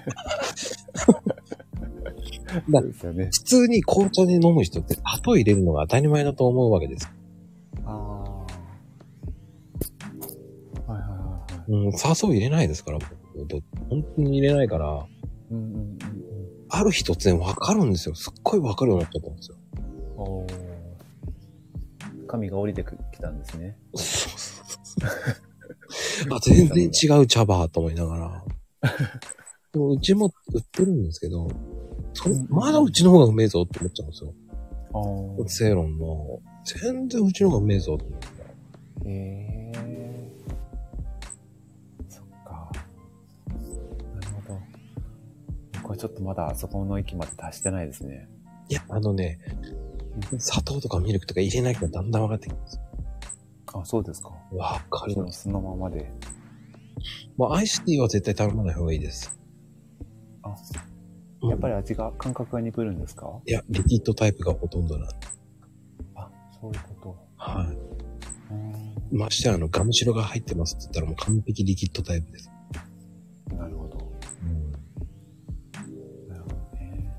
[SPEAKER 2] そうですよね。
[SPEAKER 1] 普通に紅茶で飲む人って、砂糖入れるのが当たり前だと思うわけです。
[SPEAKER 2] ああ。はいはいはいはい。
[SPEAKER 1] うん、砂糖入れないですから、僕ど本当に入れないから、
[SPEAKER 2] うんうんうん
[SPEAKER 1] ある日突然わかるんですよ。すっごいわかるようになっちゃったんですよ。
[SPEAKER 2] うん。おー。神が降りてくきたんですね。
[SPEAKER 1] そうそうそうそう。あ、全然違う茶葉と思いながら。でもうちも売ってるんですけど、それまだうちの方がうめえぞって思っちゃうんですよ。
[SPEAKER 2] あー
[SPEAKER 1] セイロンの、全然うちの方がうめえぞって思って。
[SPEAKER 2] へえそっか。なるほど。僕はちょっとまだそこの域まで達してないですね。
[SPEAKER 1] いや、あのね、砂糖とかミルクとか入れなきゃだんだん分かってきます。
[SPEAKER 2] あ、そうですか。
[SPEAKER 1] わかります。
[SPEAKER 2] そのままで。
[SPEAKER 1] もうアイスティーは絶対頼まない方がいいです。
[SPEAKER 2] あ、
[SPEAKER 1] うん
[SPEAKER 2] やっぱり味が、感覚が鈍るんですか
[SPEAKER 1] いや、リキッドタイプがほとんどなんで。
[SPEAKER 2] あ、そういうこ
[SPEAKER 1] は
[SPEAKER 2] と。う
[SPEAKER 1] い。ましてやあの、ガムシロが入ってますって言ったらもう完璧リキッドタイプです。
[SPEAKER 2] ーんなるほど。
[SPEAKER 1] うん。
[SPEAKER 2] なるほどね。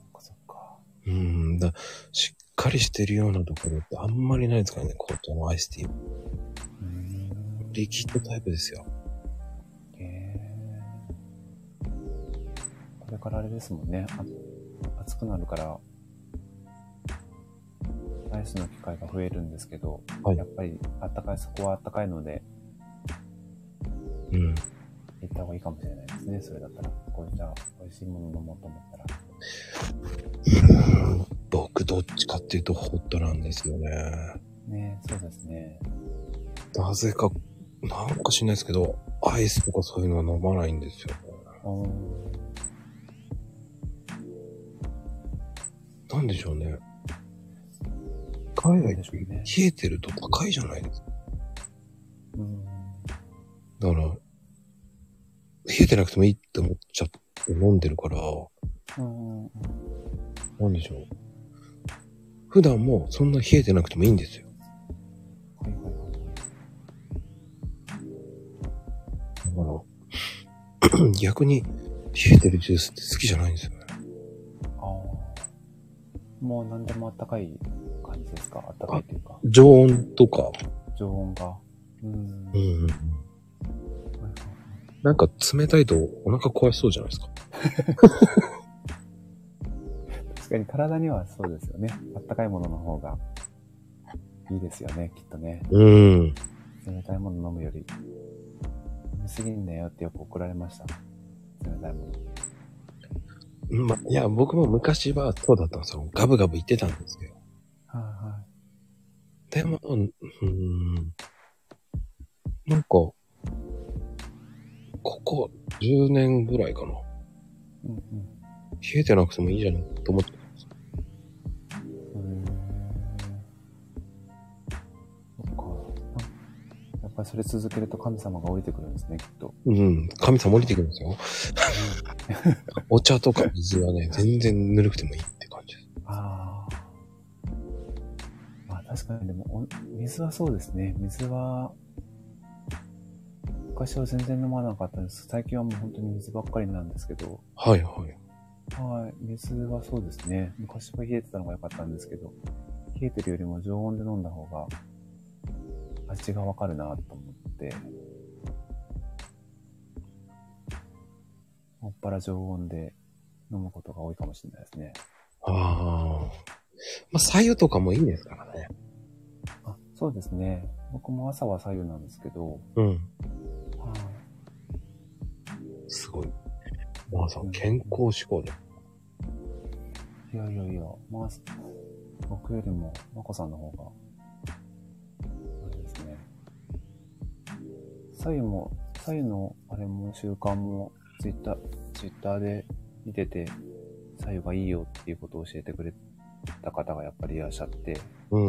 [SPEAKER 2] そっかそっか。
[SPEAKER 1] うんだ、しっかりしてるようなところってあんまりないですからね、紅茶のアイスティー。
[SPEAKER 2] うーん
[SPEAKER 1] リキッドタイプですよ。
[SPEAKER 2] へえこれからあれですもんね。あ暑くなるから、アイスの機会が増えるんですけど、
[SPEAKER 1] はい
[SPEAKER 2] やっぱりあったかい、そこはあったかいので、
[SPEAKER 1] うん。
[SPEAKER 2] 行った方がいいかもしれないですね。それだったら、こういった美味しいもの飲もうと思ったら。
[SPEAKER 1] 僕どっちかっていうとホットなんですよね。
[SPEAKER 2] ねえそうですね。
[SPEAKER 1] なぜか、なんか知んないですけど、アイスとかそういうのは飲まないんですよ。
[SPEAKER 2] おー
[SPEAKER 1] なんでしょうね。海外
[SPEAKER 2] なん
[SPEAKER 1] で
[SPEAKER 2] でしょうね。
[SPEAKER 1] 冷えてると高いじゃないですか。
[SPEAKER 2] うん。
[SPEAKER 1] だから、冷えてなくてもいいって思っちゃって飲んでるから、
[SPEAKER 2] うんうん
[SPEAKER 1] なんでしょう。普段もそんな冷えてなくてもいいんですよ。
[SPEAKER 2] はいはいはい
[SPEAKER 1] だから、 (clears throat) 逆に冷えてるジュースって好きじゃないんですよね。
[SPEAKER 2] ああ。もう何でもあったかい感じですかあったかいというか、
[SPEAKER 1] 常温とか。
[SPEAKER 2] 常温が。うん。は
[SPEAKER 1] う
[SPEAKER 2] い
[SPEAKER 1] ん。
[SPEAKER 2] はい
[SPEAKER 1] なんか冷たいとお腹壊しそうじゃないですか。
[SPEAKER 2] 確かに体にはそうですよね。あったかいものの方がいいですよね、きっとね。
[SPEAKER 1] うん。
[SPEAKER 2] 冷たいもの飲むより。飲みすぎんなよってよく怒られました。冷たいもの。
[SPEAKER 1] ま、いや、僕も昔はそうだったんですよ。ガブガブ言ってたんですけど。
[SPEAKER 2] はいは
[SPEAKER 1] でも、うんうん。なんか、ここ10年ぐらいかな。
[SPEAKER 2] い。うん
[SPEAKER 1] 冷えてなくてもいいじゃないと思って。
[SPEAKER 2] うん。へーそっか。あやっぱりそれ続けると神様が降りてくるんですね、きっと。
[SPEAKER 1] うん。神様降りてくるんですよ。 (laughs) お茶とか水はね、全然ぬるくてもいいって感じです。
[SPEAKER 2] ああ。まあ確かにでも、お水はそうですね。水は、昔は全然飲まなかったんです。最近はもう本当に水ばっかりなんですけど。
[SPEAKER 1] はいはい。
[SPEAKER 2] はい。水はそうですね。昔は冷えてたのが良かったんですけど、冷えてるよりも常温で飲んだ方が、味がわかるなと思って。もっぱら常温で飲むことが多いかもしれないですね。
[SPEAKER 1] ああ。まあ、左右とかもいいですからね。
[SPEAKER 2] あ、そうですね。僕も朝は左右なんですけど、
[SPEAKER 1] うん。
[SPEAKER 2] はい。
[SPEAKER 1] すごい。まあさ、健康志向で。
[SPEAKER 2] いやいやいや、まあ、僕よりも、まこさんの方が、あれですね。左右も、左右の、あれも、習慣も、ツイッター、ツイッターで見てて、左右がいいよっていうことを教えてくれた方がやっぱりいらっしゃって、
[SPEAKER 1] うん。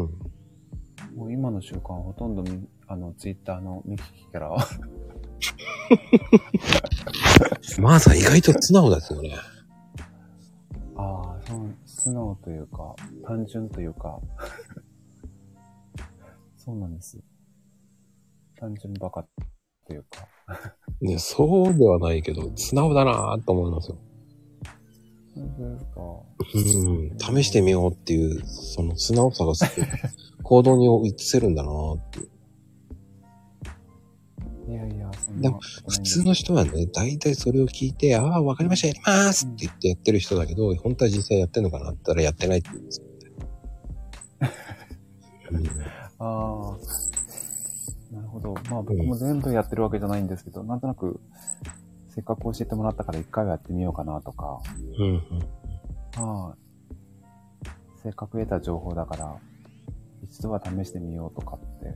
[SPEAKER 2] もう今の習慣はほとんどみ、あの、ツイッターの見聞きからは、
[SPEAKER 1] まあさ、意外と素直ですよね。
[SPEAKER 2] ああ、そう、素直というか、単純というか、 (laughs) そうなんです。単純バカというか、
[SPEAKER 1] ね、そうではないけど、素直だなぁと思いますよ。
[SPEAKER 2] 本当ですか。
[SPEAKER 1] うん。試してみようっていう、その素直さがすごい行動に移せるんだなぁっていう。
[SPEAKER 2] いやいや、そんな。
[SPEAKER 1] でも、普通の人はね、大体それを聞いて、ああ、わかりました、やりますって言ってやってる人だけど、本当は実際やってんのかなって言ったらやってないって言うんですよ。うん
[SPEAKER 2] ああ、なるほど。まあ僕も全部やってるわけじゃないんですけど、なんとなく、せっかく教えてもらったから一回はやってみようかなとか、
[SPEAKER 1] うんうん。
[SPEAKER 2] はい。せっかく得た情報だから、一度は試してみようとかって、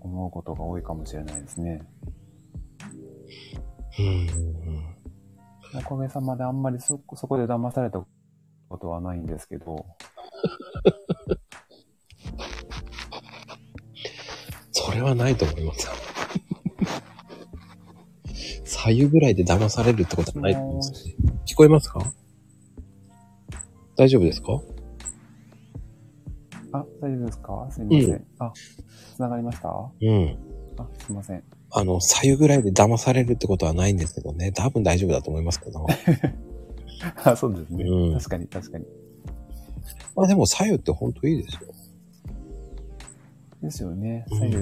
[SPEAKER 2] 思うことが多いかもしれないですね。
[SPEAKER 1] うんうん
[SPEAKER 2] おかげさまであんまりそ、そこで騙されたことはないんですけど、
[SPEAKER 1] それはないと思いますよ。左右ぐらいで騙されるってことはないと思うんですよね。聞こえますか大丈夫ですか
[SPEAKER 2] あ、大丈夫ですかすいません。あ、繋がりましたあ、
[SPEAKER 1] うん。
[SPEAKER 2] すいません。
[SPEAKER 1] あの、左右ぐらいで騙されるってことはないんですけどね。多分大丈夫だと思いますけ (laughs) ど。
[SPEAKER 2] あ、 (laughs) そうですね。
[SPEAKER 1] うん
[SPEAKER 2] 確かに、確かに。
[SPEAKER 1] まあでも左右って本当いいですよ。
[SPEAKER 2] ですよね。
[SPEAKER 1] うん
[SPEAKER 2] 左右、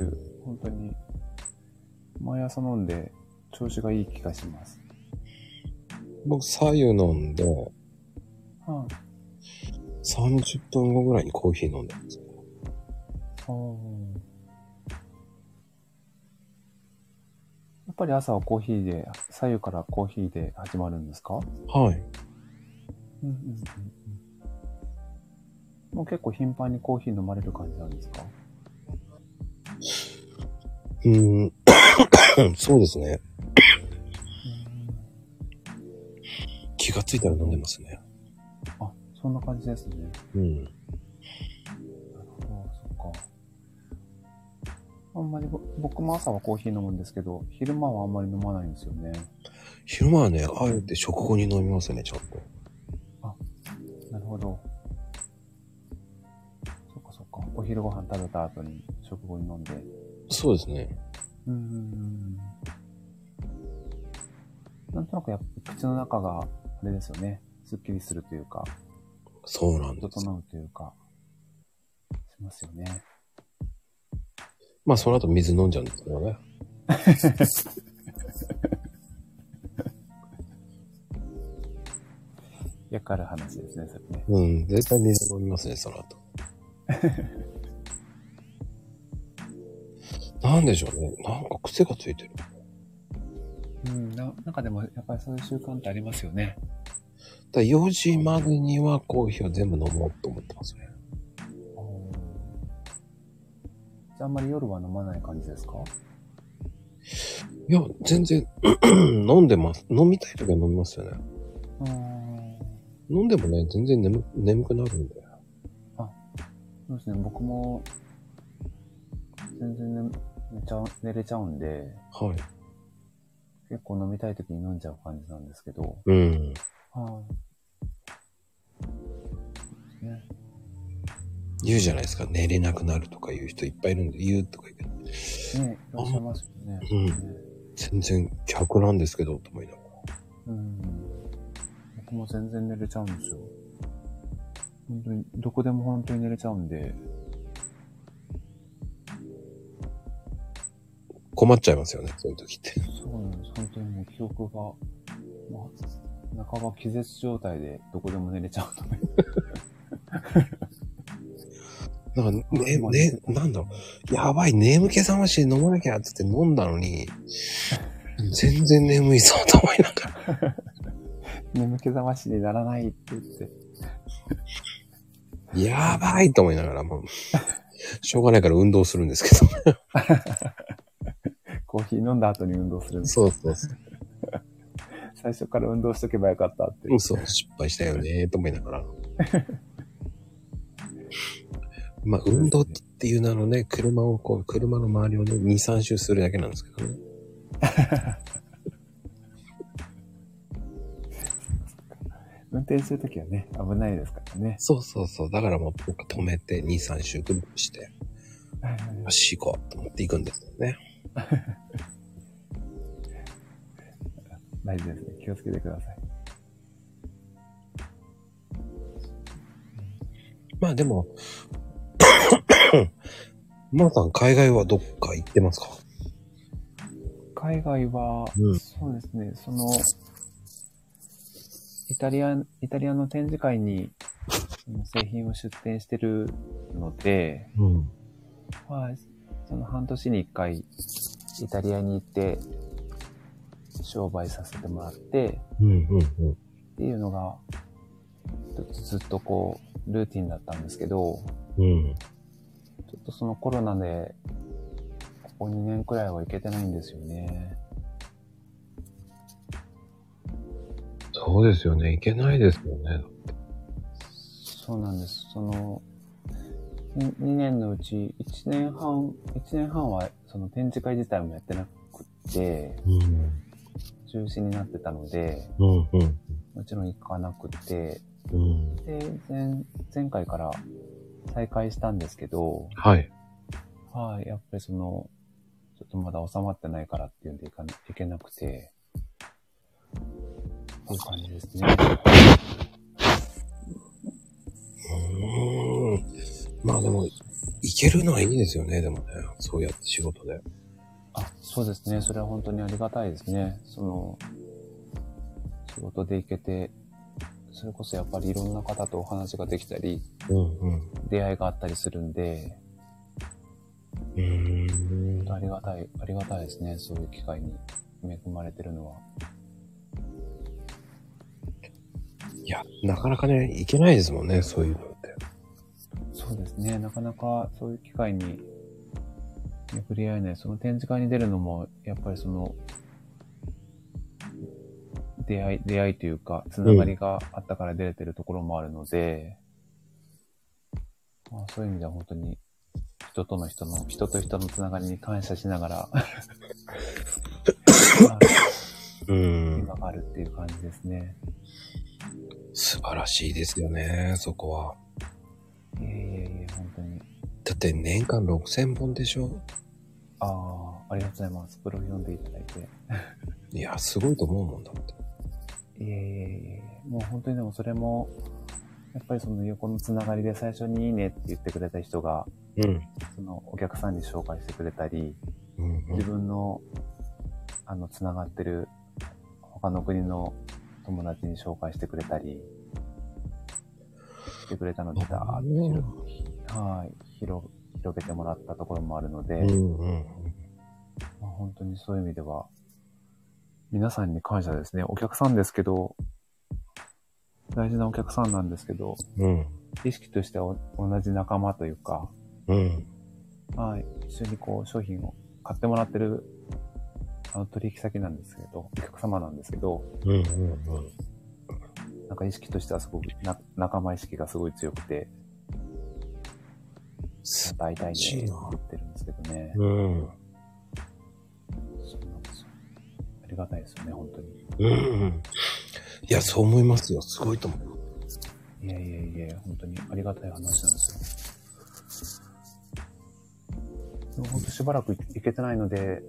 [SPEAKER 2] 本当に、毎朝飲んで、調子がいい気がします。
[SPEAKER 1] 僕左右飲んで、
[SPEAKER 2] はい、
[SPEAKER 1] 30分後ぐらいにコーヒー飲んでます。
[SPEAKER 2] おーやっぱり朝はコーヒーで、左右からコーヒーで始まるんですか
[SPEAKER 1] はい。
[SPEAKER 2] うんうんうん。もう結構頻繁にコーヒー飲まれる感じなんですか
[SPEAKER 1] うーん。 (coughs) そうですね。気がついたら飲んでますね。
[SPEAKER 2] あ、そんな感じですね。
[SPEAKER 1] うん。
[SPEAKER 2] なるほど、そっか。あんまりぼ僕も朝はコーヒー飲むんですけど、昼間はあんまり飲まないんですよね。
[SPEAKER 1] 昼間はね、あえて食後に飲みますね、ちゃんと。
[SPEAKER 2] なるほど。そっかそっか。お昼ご飯食べた後に食後に飲んで。
[SPEAKER 1] そうですね。
[SPEAKER 2] うーん。なんとなくやっぱ口の中が、あれですよね。すっきりするというか、
[SPEAKER 1] そうなんです。
[SPEAKER 2] 整うというか、しますよね。
[SPEAKER 1] まあ、その後水飲んじゃうんですけどね。
[SPEAKER 2] やかる話ですね、それね。
[SPEAKER 1] うん、絶対水飲みますね、その (laughs) 後。なんでしょうね。なんか癖がついてる。
[SPEAKER 2] うん、ななんかでもやっぱりそういう習慣ってありますよね。
[SPEAKER 1] だから4時までにはコーヒーを全部飲もうと思ってますね。
[SPEAKER 2] じゃああんまり夜は飲まない感じですか
[SPEAKER 1] いや、全然、 (clears throat) 飲んでます。飲みたい時は飲みますよね。
[SPEAKER 2] うーん。
[SPEAKER 1] 飲んでもね、全然眠眠くなるんで。
[SPEAKER 2] そうですね、僕も、全然、ね、寝ちゃう、寝れちゃうんで、
[SPEAKER 1] はい。
[SPEAKER 2] 結構飲みたい時に飲んじゃう感じなんですけど。
[SPEAKER 1] うん。
[SPEAKER 2] はい。ね。
[SPEAKER 1] 言うじゃないですか。寝れなくなるとか言う人いっぱいいるんで、言うとか言って。
[SPEAKER 2] ね、いらっしゃいますよね。
[SPEAKER 1] うん
[SPEAKER 2] ね
[SPEAKER 1] 全然客なんですけど、と思いながら。
[SPEAKER 2] うん。僕も全然寝れちゃうんですよ。本当に、どこでも本当に寝れちゃうんで、
[SPEAKER 1] 困っちゃいますよね、そういう時って。
[SPEAKER 2] そうなんです。本当にもう記憶が、まあ、半ば気絶状態でどこでも寝れちゃうとね。
[SPEAKER 1] なんか、ね、ね、なんだろう。やばい、眠気覚まし飲まなきゃっつって飲んだのに、全然眠いぞ、と思いながら。
[SPEAKER 2] (laughs) 眠気覚ましにならないって言って。
[SPEAKER 1] やばいと思いながら、もう、しょうがないから運動するんですけど。
[SPEAKER 2] コーヒー飲んだ後に運動するんです。
[SPEAKER 1] そうそうそう。
[SPEAKER 2] 最初から運動しとけばよかったって。
[SPEAKER 1] そう、失敗したよね、と思いながら。まあ、運動っていう名のね、車をこう、車の周りをね、2、3周するだけなんですけどね。
[SPEAKER 2] 運転するときはね、危ないですからね。
[SPEAKER 1] そうそうそう。だからもう僕止めて、2、3周くるくるして、よし、行こうと思って行くんですよね。
[SPEAKER 2] 大事ですね。気をつけてください。
[SPEAKER 1] まあでも、 (coughs) マナさん、海外はどっか行ってますか
[SPEAKER 2] 海外は、
[SPEAKER 1] うん
[SPEAKER 2] そうですね、その、イタリア、イタリアの展示会に、その製品を出展してるので、
[SPEAKER 1] うん。
[SPEAKER 2] はい、その半年に一回、イタリアに行って、商売させてもらって、
[SPEAKER 1] うんうんうん。
[SPEAKER 2] っていうのが、ずっとずっとこう、ルーティンだったんですけど、
[SPEAKER 1] うん。
[SPEAKER 2] ちょっとそのコロナで、ここ2年くらいは行けてないんですよね。
[SPEAKER 1] そうですよね。行けないですよね。
[SPEAKER 2] そうなんです。その、2年のうち1年半、1年半はその展示会自体もやってなくって、
[SPEAKER 1] うん。
[SPEAKER 2] 中止になってたので、
[SPEAKER 1] うんうん。
[SPEAKER 2] もちろん行かなくて、
[SPEAKER 1] うん。
[SPEAKER 2] で、前、前回から再開したんですけど、
[SPEAKER 1] はい。
[SPEAKER 2] はい、やっぱりその、ちょっとまだ収まってないからっていうんでいかないけなくて、こういう感じですね。
[SPEAKER 1] うーん。まあでも、行けるのはいいですよね、でもね。そうやって仕事で。
[SPEAKER 2] あ、そうですね。それは本当にありがたいですね。その、仕事で行けて、それこそやっぱりいろんな方とお話ができたり、
[SPEAKER 1] うんうん。
[SPEAKER 2] 出会いがあったりするんで、
[SPEAKER 1] うーん
[SPEAKER 2] 本当ありがたい、ありがたいですね。そういう機会に恵まれてるのは。
[SPEAKER 1] いや、なかなかね、行けないですもんね、そういうのって。
[SPEAKER 2] そうですね。なかなかそういう機会に巡り合えない。その展示会に出るのも、やっぱりその、出会い、出会いというか、つながりがあったから出れてるところもあるので、まあ、そういう意味では本当に人との人の、人と人のつながりに感謝しながら、
[SPEAKER 1] うん。
[SPEAKER 2] 今があるっていう感じですね。
[SPEAKER 1] 素晴らしいですよね、そこは。
[SPEAKER 2] いえいえいえ、本当に。
[SPEAKER 1] だって年間6000本でしょ
[SPEAKER 2] ああ、ありがとうございます。ブログ読んでいただいて。
[SPEAKER 1] いや、すごいと思うもんだって。
[SPEAKER 2] いえいえいえいえ、もう本当にでもそれも、やっぱりその横のつながりで最初にいいねって言ってくれた人が、
[SPEAKER 1] うん。
[SPEAKER 2] そのお客さんに紹介してくれたり、
[SPEAKER 1] うんう
[SPEAKER 2] 自
[SPEAKER 1] ん、
[SPEAKER 2] 分の、あの、つながってる他の国の友達に紹介してくれたり、してくれたので、だーっと広はい、広、広げてもらったところもあるので、
[SPEAKER 1] うんうん。
[SPEAKER 2] まあ、本当にそういう意味では、皆さんに感謝ですね。お客さんですけど、大事なお客さんなんですけど、
[SPEAKER 1] うん。
[SPEAKER 2] 意識としてはお同じ仲間というか、
[SPEAKER 1] うん。
[SPEAKER 2] はい、一緒にこう商品を買ってもらってる、あの取引先なんですけど、お客様なんですけど、
[SPEAKER 1] うん。うん。
[SPEAKER 2] なんか意識としてはすごくな、仲間意識がすごい強くて、
[SPEAKER 1] す
[SPEAKER 2] 大体ね、
[SPEAKER 1] 素晴らしいな
[SPEAKER 2] 言ってるんですけどね。
[SPEAKER 1] うん。
[SPEAKER 2] そうなんですよ。ありがたいですよね、本当に。
[SPEAKER 1] うん。いや、そう思いますよ。すごいと思う。
[SPEAKER 2] いやいやいや、本当にありがたい話なんですよ。でも本当しばらく行けてないので、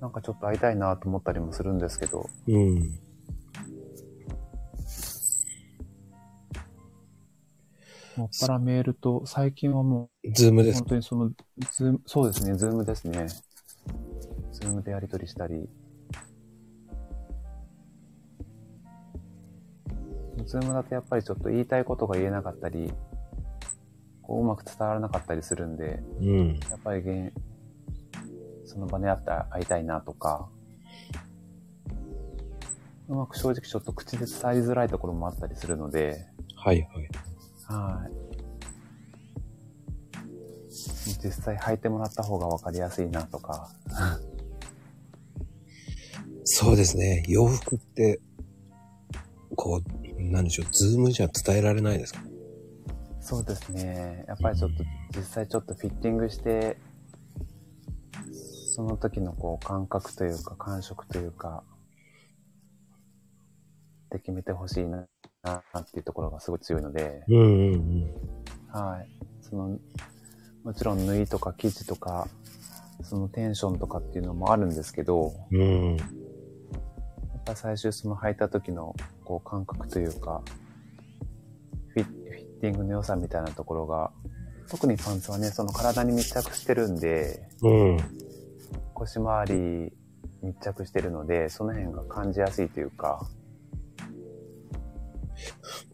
[SPEAKER 2] なんかちょっと会いたいなと思ったりもするんですけど、
[SPEAKER 1] うん。
[SPEAKER 2] もっぱらメールと、最近はも
[SPEAKER 1] ズーム
[SPEAKER 2] う
[SPEAKER 1] です
[SPEAKER 2] 本。当にその、ズーム、そうですね、ズームですね。ズームでやり取りしたり。ズームだとやっぱりちょっと言いたいことが言えなかったり、こううまく伝わらなかったりするんで、
[SPEAKER 1] うん。
[SPEAKER 2] やっぱり現その場で会った会いたいなとか、うまく正直ちょっと口で伝えづらいところもあったりするので、
[SPEAKER 1] はいはい。
[SPEAKER 2] はい。実際履いてもらった方が分かりやすいなとか、
[SPEAKER 1] そうですね。洋服って、こう、なんでしょう。ズームじゃ伝えられないですか
[SPEAKER 2] そうですね。やっぱりちょっと、実際ちょっとフィッティングして、その時のこう感覚というか感触というか、で決めてほしいな、なっていうところがすごい強いので、
[SPEAKER 1] うんうんうん。
[SPEAKER 2] はい。その、もちろん縫いとか生地とか、そのテンションとかっていうのもあるんですけど、
[SPEAKER 1] うん。
[SPEAKER 2] やっぱ最終その履いた時のこう感覚というか、フィフィッティングの良さみたいなところが、特にパンツはね、その体に密着してるんで、
[SPEAKER 1] うん。
[SPEAKER 2] 腰回り密着してるので、その辺が感じやすいというか、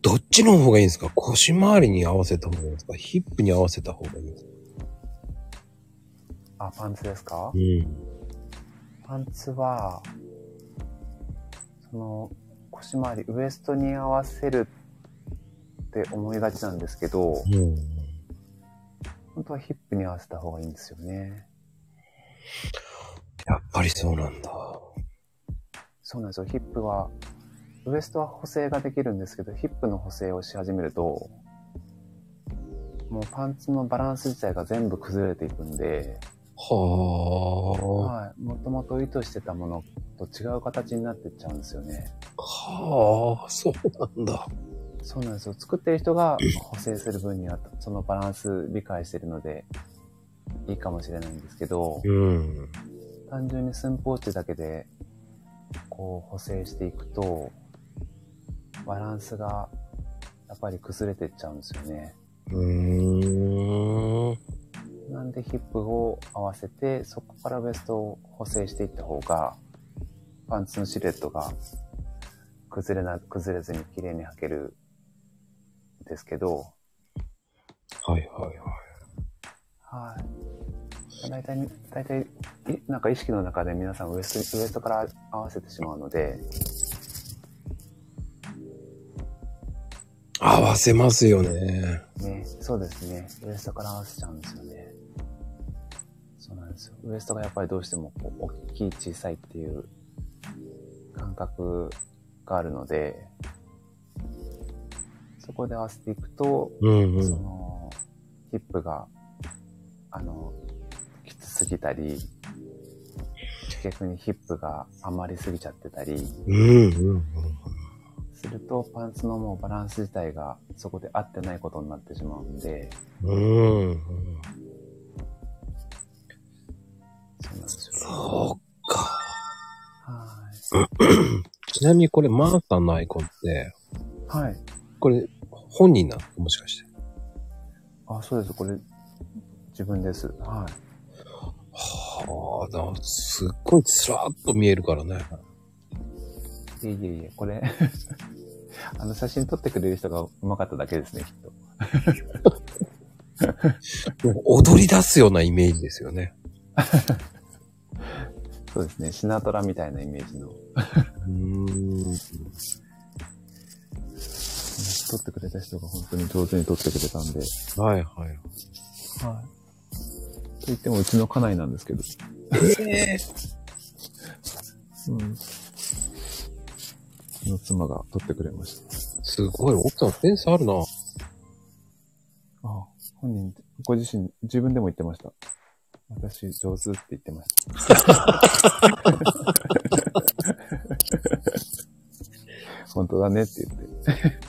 [SPEAKER 1] どっちの方がいいんですか腰回りに合わせた方がいいんですかヒップに合わせた方がいいんですか
[SPEAKER 2] あ、パンツですか
[SPEAKER 1] ん。
[SPEAKER 2] パンツは、その腰回り、ウエストに合わせるって思いがちなんですけど、
[SPEAKER 1] うん。
[SPEAKER 2] 本当はヒップに合わせた方がいいんですよね。
[SPEAKER 1] やっぱりそうなんだ。
[SPEAKER 2] そうなんですよ。ヒップは、ウエストは補正ができるんですけど、ヒップの補正をし始めると、もうパンツのバランス自体が全部崩れていくんで、
[SPEAKER 1] はあ。
[SPEAKER 2] はい。もともと意図してたものと違う形になってっちゃうんですよね。
[SPEAKER 1] はあ、そうなんだ。
[SPEAKER 2] そうなんですよ。作ってる人が補正する分には、そのバランス理解してるので、いいかもしれないんですけど、
[SPEAKER 1] うん。
[SPEAKER 2] 単純に寸法値だけで、こう補正していくと、バランスが、やっぱり崩れてっちゃうんですよね。
[SPEAKER 1] うーん。
[SPEAKER 2] なんでヒップを合わせて、そこからウエストを補正していった方が、パンツのシルエットが崩れな、崩れずに綺麗に履けるんですけど、
[SPEAKER 1] はいはいはい。
[SPEAKER 2] はい。大体み、大体、いなんか意識の中で皆さんウエスト、ウエストから合わせてしまうので、
[SPEAKER 1] 合わせますよね。
[SPEAKER 2] ね、そうですね。ウエストから合わせちゃうんですよね。そうなんですよ。ウエストがやっぱりどうしてもこう大きい小さいっていう感覚があるので、そこで合わせていくと、
[SPEAKER 1] うんう
[SPEAKER 2] そ
[SPEAKER 1] ん。
[SPEAKER 2] の、ヒップが、あの、きつすぎたり、逆にヒップが余りすぎちゃってたり、
[SPEAKER 1] うん、うん。
[SPEAKER 2] するとパンツのもうバランス自体がそこで合ってないことになってしまうんで、
[SPEAKER 1] うん。うん
[SPEAKER 2] そうなんですよ。
[SPEAKER 1] そうか。
[SPEAKER 2] は
[SPEAKER 1] ちなみにこれ、マーさんのアイコンって、
[SPEAKER 2] い。はい。
[SPEAKER 1] これ、本人なのもしかして。
[SPEAKER 2] あ、そうです。これ、自分です。はい。
[SPEAKER 1] はあ、でもすっごいつらーっと見えるからね。
[SPEAKER 2] いえいえいえ、これ、 (laughs) あの、写真撮ってくれる人がうまかっただけですね、きっと。
[SPEAKER 1] もう踊り出すようなイメージですよね。
[SPEAKER 2] そうですね、シナトラみたいなイメージの。
[SPEAKER 1] うん。
[SPEAKER 2] 撮ってくれた人が本当に上手に撮ってくれたんで。
[SPEAKER 1] はいはい。
[SPEAKER 2] はい。と言っても、うちの家内なんですけど。
[SPEAKER 1] え
[SPEAKER 2] うん。うちの妻が撮ってくれました。
[SPEAKER 1] すごい、奥さんセンスあるな。
[SPEAKER 2] あ本人、ご自身、自分でも言ってました。私、上手って言ってました。
[SPEAKER 1] (laughs)
[SPEAKER 2] 本当だねって言って。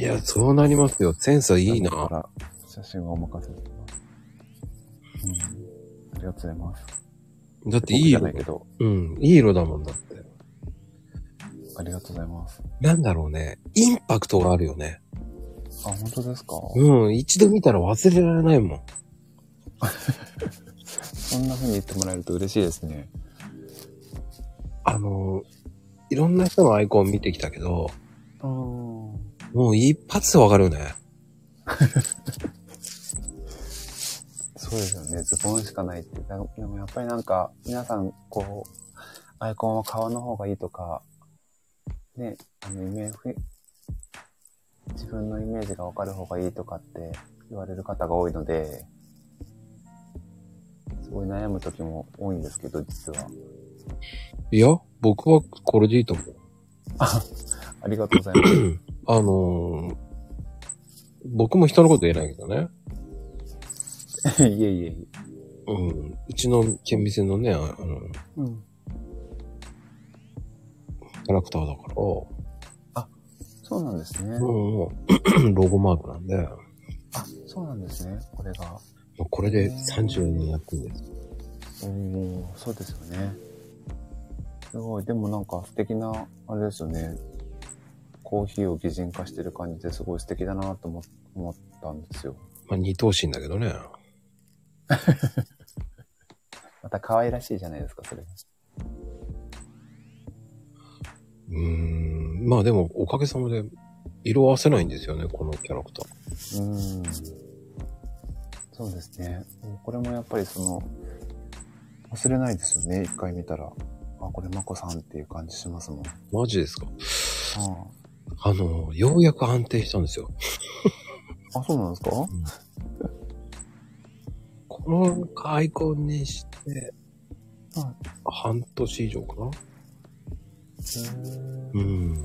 [SPEAKER 1] いや、そうなりますよ。センスいいな。
[SPEAKER 2] だから写真はお任せします。うん。ありがとうございます。
[SPEAKER 1] だってい
[SPEAKER 2] 僕
[SPEAKER 1] い
[SPEAKER 2] じゃな
[SPEAKER 1] 色
[SPEAKER 2] い。けど、
[SPEAKER 1] うん、いい色だもんだって。
[SPEAKER 2] ありがとうございます。
[SPEAKER 1] なんだろうね。インパクトがあるよね。
[SPEAKER 2] あ、本当ですか、
[SPEAKER 1] うん、一度見たら忘れられないもん。
[SPEAKER 2] そんな風に言ってもらえると嬉しいですね。
[SPEAKER 1] あの、いろんな人のアイコン見てきたけど、
[SPEAKER 2] あー
[SPEAKER 1] もう一発でわかるよね。
[SPEAKER 2] そうですよね。ズボンしかないって。だでもやっぱりなんか、皆さん、こう、アイコンは顔の方がいいとか、ね、あの、イメージ、自分のイメージがわかる方がいいとかって言われる方が多いので、すごい悩む時も多いんですけど、実は。
[SPEAKER 1] いや、僕はこれでいいと思う。
[SPEAKER 2] ありがとうございます。
[SPEAKER 1] あのー僕も人のこと言えないけどね。
[SPEAKER 2] (laughs) いえいえいえ。
[SPEAKER 1] うん。うちの県店のね、ああの、
[SPEAKER 2] うん。
[SPEAKER 1] キャラクターだから、も
[SPEAKER 2] そうなんですね。
[SPEAKER 1] うもう (clears throat) ロゴマークなんで、も
[SPEAKER 2] あ、そうなんですね。これが。
[SPEAKER 1] うこれで34年やってるんです。
[SPEAKER 2] おお、そうですよね。すごい。でもなんか素敵な、あれですよね。コーヒーを擬人化してる感じですごい素敵だなと思思ったんですよ。
[SPEAKER 1] まあ、二等身だけどね。
[SPEAKER 2] また可愛らしいじゃないですか、それ。
[SPEAKER 1] うーん。まあでも、おかげさまで、色合わせないんですよね、このキャラクター。
[SPEAKER 2] うん。そうですね。これもやっぱりその、忘れないですよね、一回見たら。あ、これまこさんっていう感じしますもん。
[SPEAKER 1] マジですか。
[SPEAKER 2] あ
[SPEAKER 1] あの、ようやく安定したんですよ。
[SPEAKER 2] あ、そうなんですか
[SPEAKER 1] このアイコンにして、
[SPEAKER 2] は
[SPEAKER 1] 半年以上かな。
[SPEAKER 2] そう
[SPEAKER 1] うん。
[SPEAKER 2] な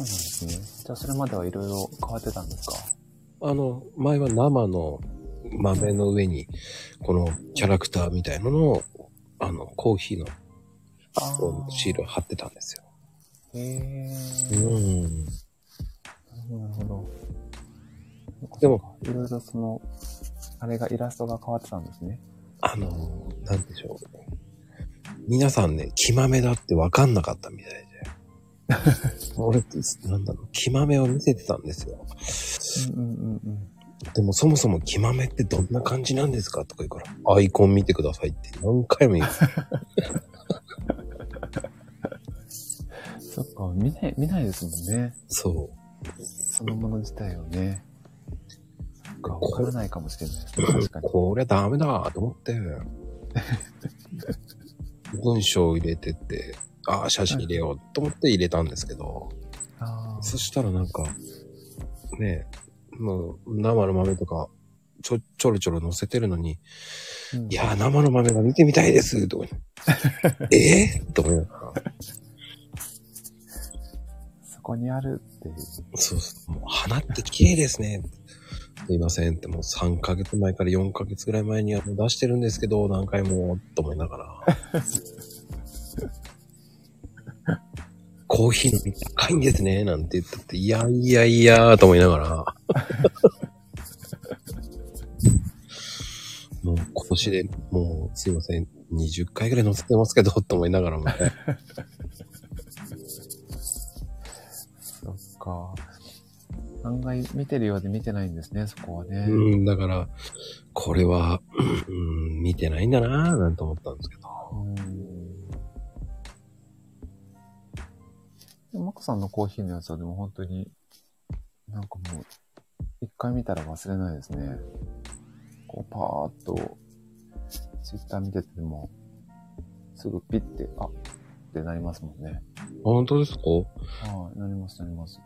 [SPEAKER 2] んですね。じゃあそれまではいろいろ変わってたんですか
[SPEAKER 1] あの、前は生の豆の上に、このキャラクターみたいなのを、あの、コーヒーの
[SPEAKER 2] あー
[SPEAKER 1] シールを貼ってたんですよ。
[SPEAKER 2] へえ。
[SPEAKER 1] うん。
[SPEAKER 2] なるほど。
[SPEAKER 1] でも、
[SPEAKER 2] いろいろその、あれがイラストが変わってたんですね。
[SPEAKER 1] あの、なんでしょう。皆さんね、木豆だって分かんなかったみたいで。俺って、なんだろう、木豆を見せてたんですよ。
[SPEAKER 2] うんうんうん
[SPEAKER 1] でもそもそも木豆ってどんな感じなんですかとか言うから、アイコン見てくださいって何回も言う。
[SPEAKER 2] うん。そっか、見ない、見ないですもんね。
[SPEAKER 1] そう。
[SPEAKER 2] そのもの自体をね。そっか、
[SPEAKER 1] こ
[SPEAKER 2] わからないかもしれないですね。確かに。
[SPEAKER 1] こりゃダメだと思って、文章を入れてって、ああ、写真入れようと思って入れたんですけど、
[SPEAKER 2] ああ。
[SPEAKER 1] そしたらなんか、ねえ、もう生の豆とか、ちょ、ちょろちょろ乗せてるのに、
[SPEAKER 2] うん
[SPEAKER 1] いやー生の豆が見てみたいですとか言ってえー、と思いながら。
[SPEAKER 2] そこにあるっていう。
[SPEAKER 1] そうそう。もう花って綺麗ですね。すいませんって、もう3ヶ月前から4ヶ月ぐらい前にはもう出してるんですけど、何回も、と思いながら。コーヒー飲み高いんですね、なんて言ったって、いやいやいや、と思いながら。もう今年でもうすいません、20回ぐらい乗せてますけど、と思いながらもね。
[SPEAKER 2] そっか。案外見てるようで見てないんですね、そこはね。
[SPEAKER 1] うん、だから、これは、うんうん、見てないんだなぁ、なんて思ったんですけど。
[SPEAKER 2] うん。でもマコさんのコーヒーのやつはでも本当に、なんかもう、一回見たら忘れないですね。こう、パーっと、ツイッター見てても、すぐピッて、あってなりますもんね。
[SPEAKER 1] 本当ですか
[SPEAKER 2] はい、なります、なります。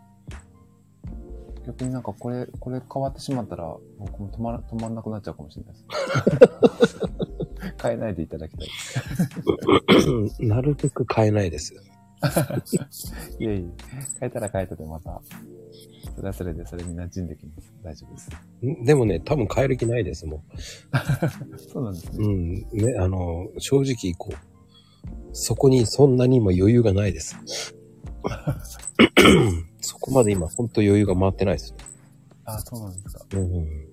[SPEAKER 2] 逆になんかこれ、これ変わってしまったら、僕も止まら、止まんなくなっちゃうかもしれないです。変えないでいただきたい。
[SPEAKER 1] なるべく変えないです。
[SPEAKER 2] いえいえ、変えたら変えたでまた、それはそれでそれに馴染んできます。大丈夫です。
[SPEAKER 1] んでもね、多分変える気ないです、も
[SPEAKER 2] そうなんです
[SPEAKER 1] う。
[SPEAKER 2] ね。
[SPEAKER 1] うん、ね、あの、正直、こう、そこにそんなに今余裕がない (laughs) です。そこまで今、ほんと余裕が回ってないです。
[SPEAKER 2] あ、そうなんですか。
[SPEAKER 1] うん、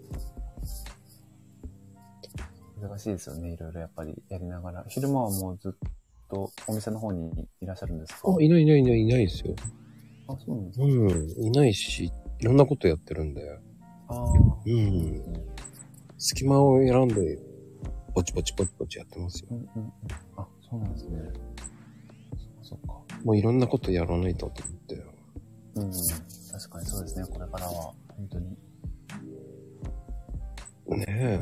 [SPEAKER 2] 難しいですよね。いろいろやっぱりやりながら。昼間はもうずっとお店の方にいらっしゃるんですか
[SPEAKER 1] あ、いないいないいないいないですよ。
[SPEAKER 2] あ、そうなんですか。
[SPEAKER 1] うん、いないし、いろんなことやってるんで。
[SPEAKER 2] あ
[SPEAKER 1] う
[SPEAKER 2] ー
[SPEAKER 1] ん、隙間を選んで、ポチポチポチポチやってますよ。
[SPEAKER 2] うんうんうん。あ、そうなんですね。そっかそっか。
[SPEAKER 1] もういろんなことやらないとと思って。
[SPEAKER 2] うん、確かにそうですね。これからは、本当に。
[SPEAKER 1] ねえ。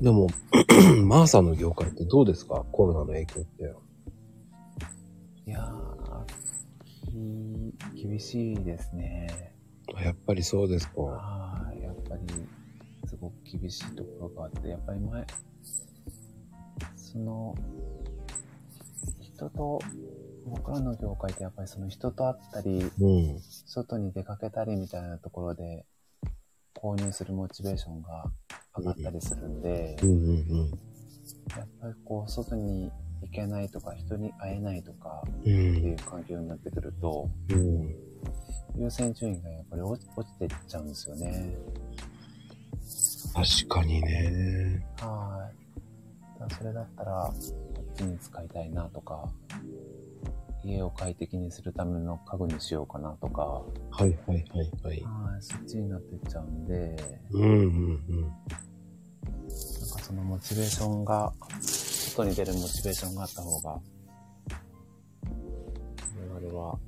[SPEAKER 1] でも、 (clears throat) マーさんの業界ってどうですかコロナの影響って。
[SPEAKER 2] いやー、き厳しいですね。
[SPEAKER 1] やっぱりそうですか。
[SPEAKER 2] はい、やっぱり、すごく厳しいところがあって、やっぱり前、その、人と、僕らの業界ってやっぱりその人と会ったり、
[SPEAKER 1] うん。
[SPEAKER 2] 外に出かけたりみたいなところで、購入するモチベーションが上がったりするんで、
[SPEAKER 1] うんうん
[SPEAKER 2] やっぱりこう、外に行けないとか、人に会えないとか
[SPEAKER 1] うん。う
[SPEAKER 2] ってい
[SPEAKER 1] ん。
[SPEAKER 2] う環境になってくると、
[SPEAKER 1] うん。
[SPEAKER 2] 優先順位がやっぱり落ち落ちてっちゃうんですよね。
[SPEAKER 1] 確かにね。
[SPEAKER 2] はい。だからそれだったら、こっちに使いたいなとか、家を快適にするための家具にしようかなとか、は
[SPEAKER 1] はいはいはいはい。
[SPEAKER 2] い、そっちになってっちゃうんで、なんか
[SPEAKER 1] うんうん
[SPEAKER 2] そのモチベーションが、外に出るモチベーションがあった方が、我々は、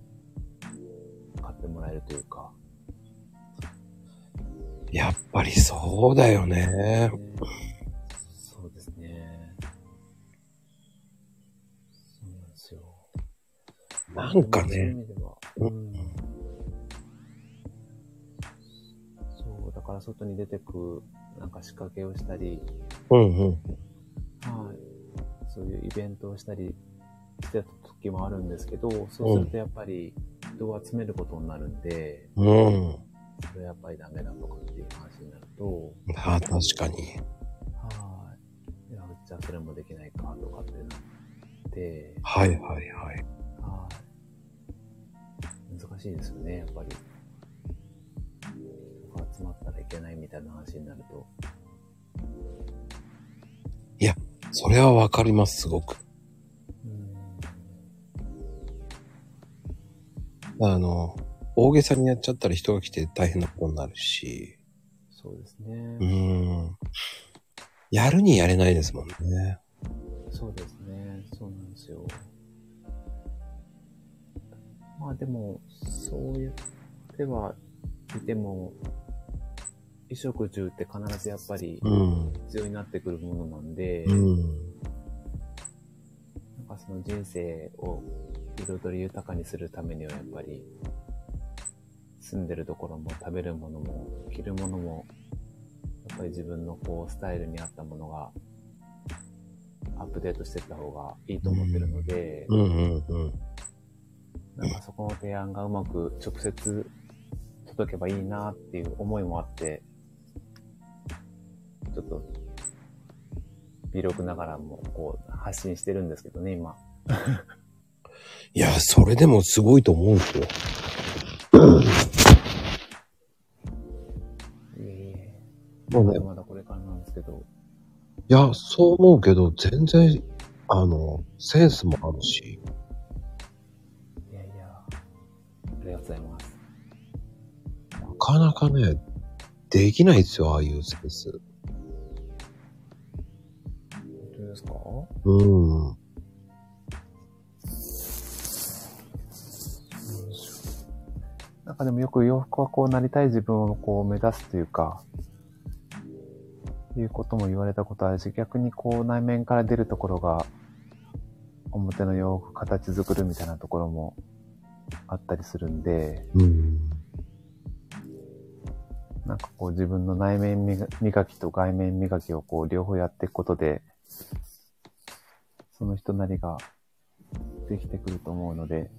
[SPEAKER 2] 買ってもらえるというか、
[SPEAKER 1] うん。やっぱりそうだよね。
[SPEAKER 2] そうですね。そうなんですよ。
[SPEAKER 1] なんかね
[SPEAKER 2] そういう意味では。うん。そう、だから外に出てく、なんか仕掛けをしたり、
[SPEAKER 1] うんうん。
[SPEAKER 2] はい。そういうイベントをしたりしてた時もあるんですけど、そうするとやっぱり人を集めることになるんで、
[SPEAKER 1] うん。
[SPEAKER 2] それはやっぱりダメだとかっていう話になると、
[SPEAKER 1] ああ、確かに。
[SPEAKER 2] はい。いや、じゃあそれもできないかとかってなって、
[SPEAKER 1] はいはいはい。
[SPEAKER 2] はい。難しいですよね、やっぱり。人が集まったらいけないみたいな話になると。
[SPEAKER 1] それはわかります、すごく。
[SPEAKER 2] うん。
[SPEAKER 1] あの、大げさにやっちゃったら人が来て大変なことになるし。
[SPEAKER 2] そうです
[SPEAKER 1] う
[SPEAKER 2] ね。
[SPEAKER 1] ーん。やるにやれないですもんね。
[SPEAKER 2] そうですね。そうなんですよ。まあでも、そう言ってはいても、衣食住って必ずやっぱり
[SPEAKER 1] うん。
[SPEAKER 2] 必要になってくるものなんで、
[SPEAKER 1] うん。
[SPEAKER 2] なんかその人生を彩り豊かにするためにはやっぱり住んでるところも食べるものも着るものもやっぱり自分のこうスタイルに合ったものがアップデートしていった方がいいと思ってるので、
[SPEAKER 1] うんうんうん。
[SPEAKER 2] なんかそこの提案がうまく直接届けばいいなっていう思いもあって、ちょっと、微力ながらもこう発信してるんですけどね、今。
[SPEAKER 1] いや、それでもすごいと思うんですよ。
[SPEAKER 2] いえいえ
[SPEAKER 1] もうね
[SPEAKER 2] まだこれからなんですけど。
[SPEAKER 1] いや、そう思うけど、全然、あの、センスもあるし、
[SPEAKER 2] いやいや、ありがとうございます。
[SPEAKER 1] なかなかね、できないですよ、ああいうセンス。
[SPEAKER 2] 本当ですか
[SPEAKER 1] うん。
[SPEAKER 2] なんかでもよく洋服はこうなりたい自分をこう目指すというか、いうことも言われたことあるし、逆にこう内面から出るところが、表の洋服形作るみたいなところもあったりするんで、
[SPEAKER 1] うん。
[SPEAKER 2] なんかこう自分の内面磨磨きと外面磨きをこう両方やっていくことで、その人なりができてくると思うので、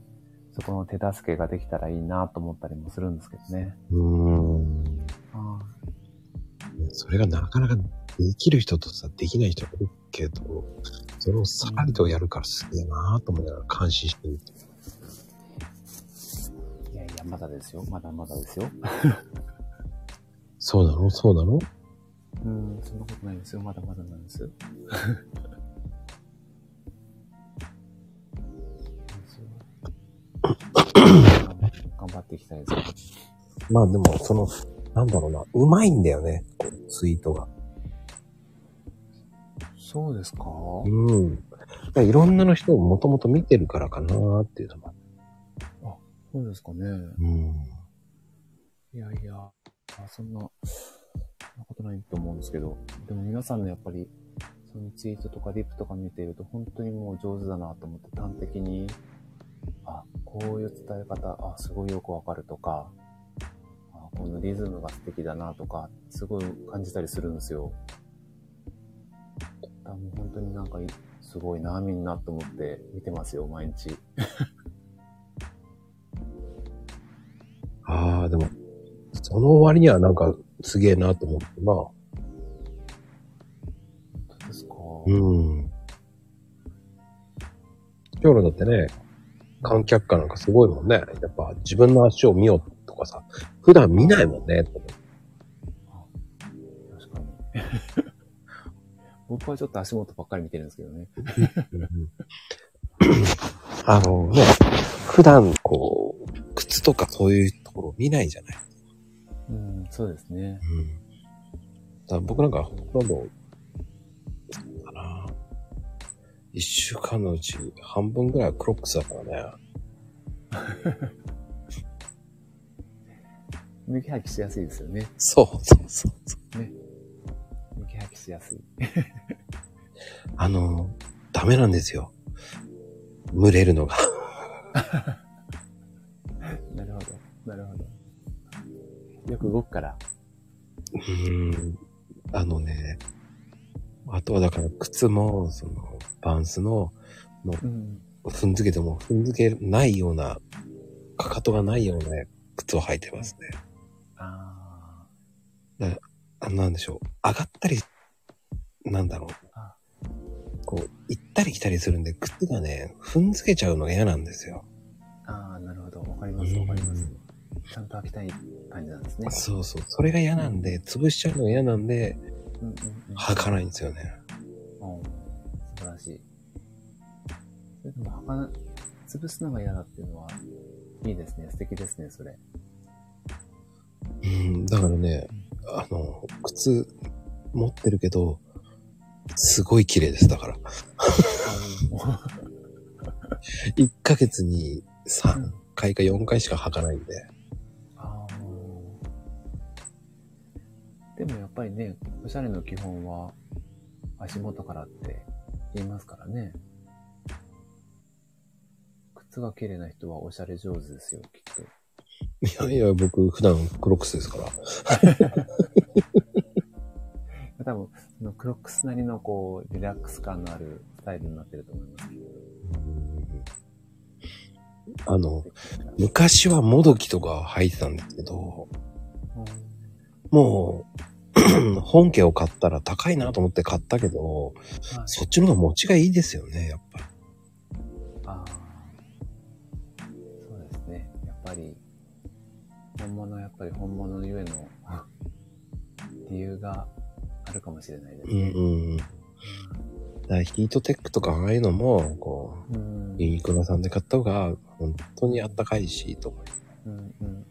[SPEAKER 2] そこの手助けができたらいいなと思ったりもするんですけどね。
[SPEAKER 1] うん。
[SPEAKER 2] あ
[SPEAKER 1] それがなかなかできる人とさ、できない人がいるけど、それをさらりとやるからすげえなぁと思いながら監視してるっていう。
[SPEAKER 2] あいやいや、まだですよ。まだまだですよ。
[SPEAKER 1] そうなのそうなの
[SPEAKER 2] うん、そんなことないですよ。まだまだなんですよ。頑張って (laughs) 頑張っていきたいですね。
[SPEAKER 1] まあでも、その、なんだろうな、うまいんだよね、こうツイートが。
[SPEAKER 2] そうですか
[SPEAKER 1] うん。だからいろんなの人をもともと見てるからかなーっていうのも。
[SPEAKER 2] そうですかね。
[SPEAKER 1] うん。
[SPEAKER 2] いやいや、あそんな、そんなことないと思うんですけど、でも皆さんのやっぱり、そのツイートとかリップとか見ていると、本当にもう上手だなと思って、端的に、あ、こういう伝え方、あ、すごいよくわかるとか、あ、このリズムが素敵だなとか、すごい感じたりするんですよ。多分本当になんかい、すごいな、みんなと思って見てますよ、毎日。
[SPEAKER 1] ああ、でも、その割にはなんか、すげえなと思って、まあ。
[SPEAKER 2] 本当ですか、
[SPEAKER 1] うん。今日のだってね、観客かなんかすごいもんね。やっぱ自分の足を見ようとかさ、普段見ないもんね。
[SPEAKER 2] 確かに。僕はちょっと足元ばっかり見てるんですけどね。
[SPEAKER 1] あのね、普段こう、靴とかそういうところ見ないじゃない。
[SPEAKER 2] うん、そうですね。
[SPEAKER 1] うん。だから僕なんかほとんど、そうだな。一週間のうち半分ぐらいはクロックスだからね。
[SPEAKER 2] 脱ぎ履きしやすいですよね。
[SPEAKER 1] そうそうそうそう。
[SPEAKER 2] 脱ぎ履きしやすい。
[SPEAKER 1] あの、ダメなんですよ。群れるのが。
[SPEAKER 2] なるほど。なるほど。よく動くから。
[SPEAKER 1] うん。あのね、あとはだから靴も、その、パンスの、
[SPEAKER 2] うん。
[SPEAKER 1] 踏んづけても踏んづけないような、かかとがないような靴を履いてますね。
[SPEAKER 2] あ
[SPEAKER 1] あのなんでしょう。上がったり、なんだろ
[SPEAKER 2] あ
[SPEAKER 1] う。こう、行ったり来たりするんで、靴がね、踏んづけちゃうのが嫌なんですよ。
[SPEAKER 2] あ。ああ、なるほど。わかります。わかりま
[SPEAKER 1] う
[SPEAKER 2] す。ちゃんと履きたい感じなんですね。
[SPEAKER 1] そうそう。それが嫌なんで、潰しちゃうのが嫌なんで、
[SPEAKER 2] うんうんうん。
[SPEAKER 1] 履かないんですよね。
[SPEAKER 2] うん。素晴らしい。それでも履かな、潰すのが嫌だっていうのは、いいですね。素敵ですね、それ。
[SPEAKER 1] うん、だからね、あの、靴持ってるけど、すごい綺麗です。だから、1ヶ月に
[SPEAKER 2] う
[SPEAKER 1] 3
[SPEAKER 2] ん
[SPEAKER 1] 回か4回しか履かないんで。
[SPEAKER 2] あーでもやっぱりね、おしゃれの基本は足元からって言いますからね。靴が綺麗な人はおしゃれ上手ですよ、きっと。
[SPEAKER 1] いやいや、僕、普段クロックスですから。
[SPEAKER 2] 多分、そのクロックスなりのこう、リラックス感のあるスタイルになってると思いますけど。
[SPEAKER 1] うんあの、昔はもどきとか入ってたんですけど、もう、 (clears throat) 本家を買ったら高いなと思って買ったけど、
[SPEAKER 2] はい
[SPEAKER 1] そっちの方が持ちがいいですよね、やっぱり。
[SPEAKER 2] ああ。そうですね。やっぱり、本物はやっぱり本物ゆえの (laughs) 理由があるかもしれないです
[SPEAKER 1] う
[SPEAKER 2] ね。
[SPEAKER 1] んうん。だからヒートテックとかああいうのも、こう、
[SPEAKER 2] うん。
[SPEAKER 1] ユニクロさんで買った方が本当にあったかいし、とか。
[SPEAKER 2] うんうんうんうんうん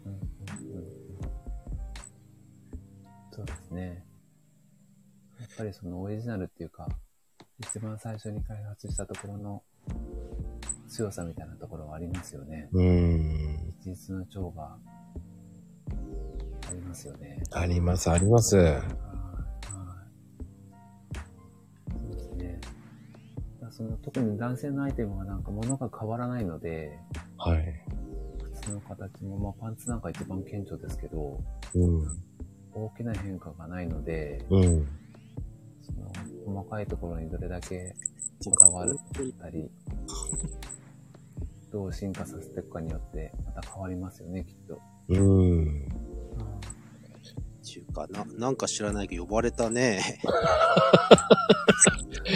[SPEAKER 2] そうですね。やっぱりそのオリジナルっていうか、一番最初に開発したところの強さみたいなところはありますよね。
[SPEAKER 1] うん。
[SPEAKER 2] 一日の長がありますよね。
[SPEAKER 1] あります、あります。
[SPEAKER 2] はいはいそうですね。だからその特に男性のアイテムはなんか物が変わらないので、
[SPEAKER 1] はい。
[SPEAKER 2] 靴の形も、まあ、パンツなんか一番顕著ですけど、
[SPEAKER 1] うん。
[SPEAKER 2] 大きな変化がないので、
[SPEAKER 1] うん。
[SPEAKER 2] その細かいところにどれだけこだわるったり、どう進化させていくかによってまた変わりますよね、きっと。
[SPEAKER 1] うん。
[SPEAKER 3] ちゅうかな、なんか知らないけど呼ばれ
[SPEAKER 2] (laughs)
[SPEAKER 3] たね。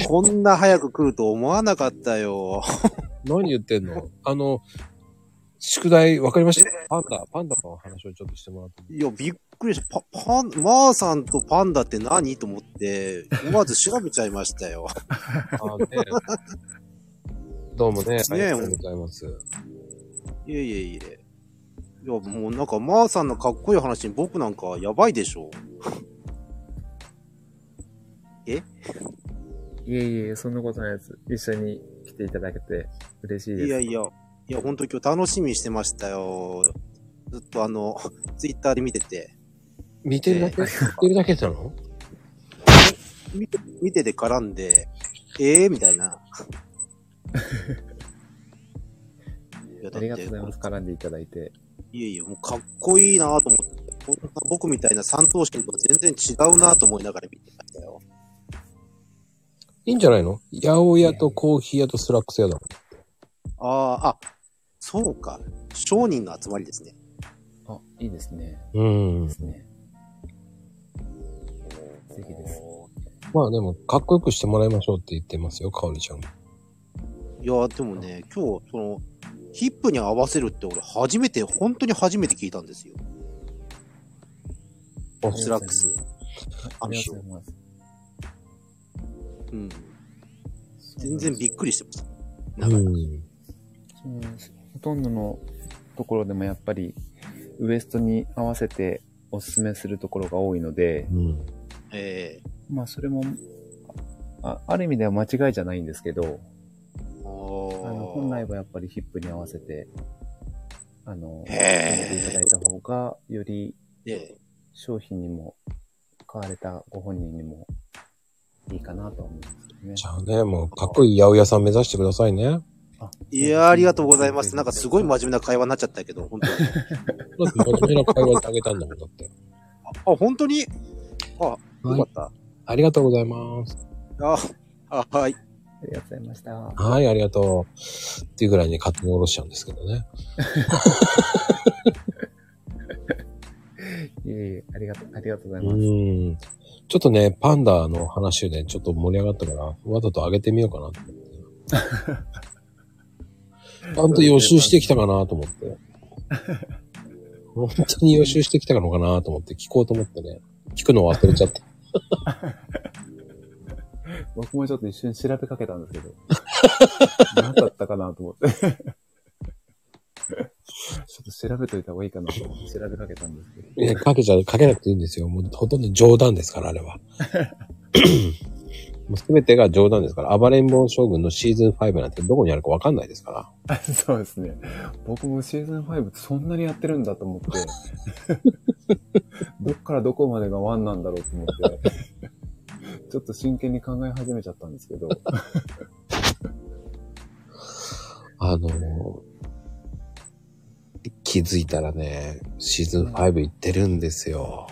[SPEAKER 3] こんな早く来ると思わなかったよ。
[SPEAKER 1] 何言ってんのあの、宿題分かりましたパンダ、パンダの話をちょっとしてもらって。
[SPEAKER 3] いや、びっくりした。パ、パン、マーさんとパンダって何と思って、思わず調べちゃいましたよ。 (laughs)
[SPEAKER 1] あね、どうもね、あり
[SPEAKER 3] ね
[SPEAKER 1] がとうございます。
[SPEAKER 3] いえいえいえ。いや、もうなんか、マーさんのかっこいい話に僕なんかやばいでしょ。
[SPEAKER 2] いえいえ、そんなことないです。一緒に来ていただけて嬉しい
[SPEAKER 3] いやいや、いや、ほんと今日楽しみにしてましたよ。ずっとあの、ツイッターで見てて、
[SPEAKER 1] 見てるだけ、
[SPEAKER 2] えー
[SPEAKER 1] 見てるだけなの
[SPEAKER 3] 見て見てて絡んで、ええー、みた
[SPEAKER 2] (laughs)
[SPEAKER 3] いな。いや
[SPEAKER 2] ありがとうございます。絡んでいただいて。
[SPEAKER 3] いやいや、もうかっこいいなと思って、こんな僕みたいな三頭身とは全然違うなと思いながら見てましたよ。
[SPEAKER 1] いいんじゃないの八百屋とコーヒー屋とスラックス屋だもん。
[SPEAKER 3] ああ、あ、そうか。商人の集まりですね。
[SPEAKER 2] あ、いいですね。
[SPEAKER 1] うん
[SPEAKER 2] で。すね。素敵です。
[SPEAKER 1] まあでも、かっこよくしてもらいましょうって言ってますよ、かおりちゃん。
[SPEAKER 3] いや、でもね、今日、その、ヒップに合わせるって俺初めて、本当に初めて聞いたんですよ。
[SPEAKER 1] あ
[SPEAKER 3] スラックス。
[SPEAKER 2] ありがとうございます。
[SPEAKER 3] うん。全然びっくりしてました。
[SPEAKER 1] う
[SPEAKER 3] なんか
[SPEAKER 1] ん。
[SPEAKER 2] うんほとんどのところでもやっぱりウエストに合わせておすすめするところが多いので、
[SPEAKER 1] うん。
[SPEAKER 3] え
[SPEAKER 2] まあそれも、あある意味では間違いじゃないんですけど、
[SPEAKER 3] え
[SPEAKER 2] あの
[SPEAKER 3] 本
[SPEAKER 2] 本来はやっぱりヒップに合わせて、あの、
[SPEAKER 3] へ
[SPEAKER 2] て
[SPEAKER 3] え
[SPEAKER 2] いただいた方が、より
[SPEAKER 3] え
[SPEAKER 2] 商品にも、買われたご本人にもいいかなとは思うんですけどね
[SPEAKER 1] じ。ゃあね、もう、かっこいい八百屋さん目指してくださいね。
[SPEAKER 3] えいやー、ありがとうございます。なんかすごい真面目な会話になっちゃったけど、本当に。
[SPEAKER 1] だって真面目な会話であげたんだもん、だって。
[SPEAKER 3] あ、本当にあ、よかった。
[SPEAKER 1] ありがとうございます。
[SPEAKER 3] あ、あはい。
[SPEAKER 2] ありがとうございました。
[SPEAKER 1] はい、ありがとう。っていうぐらいに勝手に下ろしちゃうんですけどね。
[SPEAKER 2] いえいえ、ありがとう、ありがとうございます。
[SPEAKER 1] うん。ちょっとね、パンダの話でちょっと盛り上がったから、わざと上げてみようかなと思って。ちゃんと予習してきたかなと思って。本当に予習してきたのかなと思って聞こうと思ってね。聞くの忘れちゃった。
[SPEAKER 2] 僕もちょっと一瞬調べかけたんですけ (laughs) ど。何だったかなと思って。ちょっと調べといた方がいいかなと思って調べかけたんですけど。
[SPEAKER 1] いやかけちゃ、かけなくていいんですよ。もうほとんど冗談ですから、あれ
[SPEAKER 2] (laughs)
[SPEAKER 1] は。もうすべてが冗談ですから、暴れん坊将軍のシーズン5なんてどこにあるかわかんないですから。
[SPEAKER 2] (laughs) そうですね。僕もシーズン5そんなにやってるんだと思って。 (laughs) どっからどこまでがワンなんだろうと思って。ちょっと真剣に考え始めちゃったんですけど。
[SPEAKER 1] あの気づいたらね、シーズン5行ってるんですよ。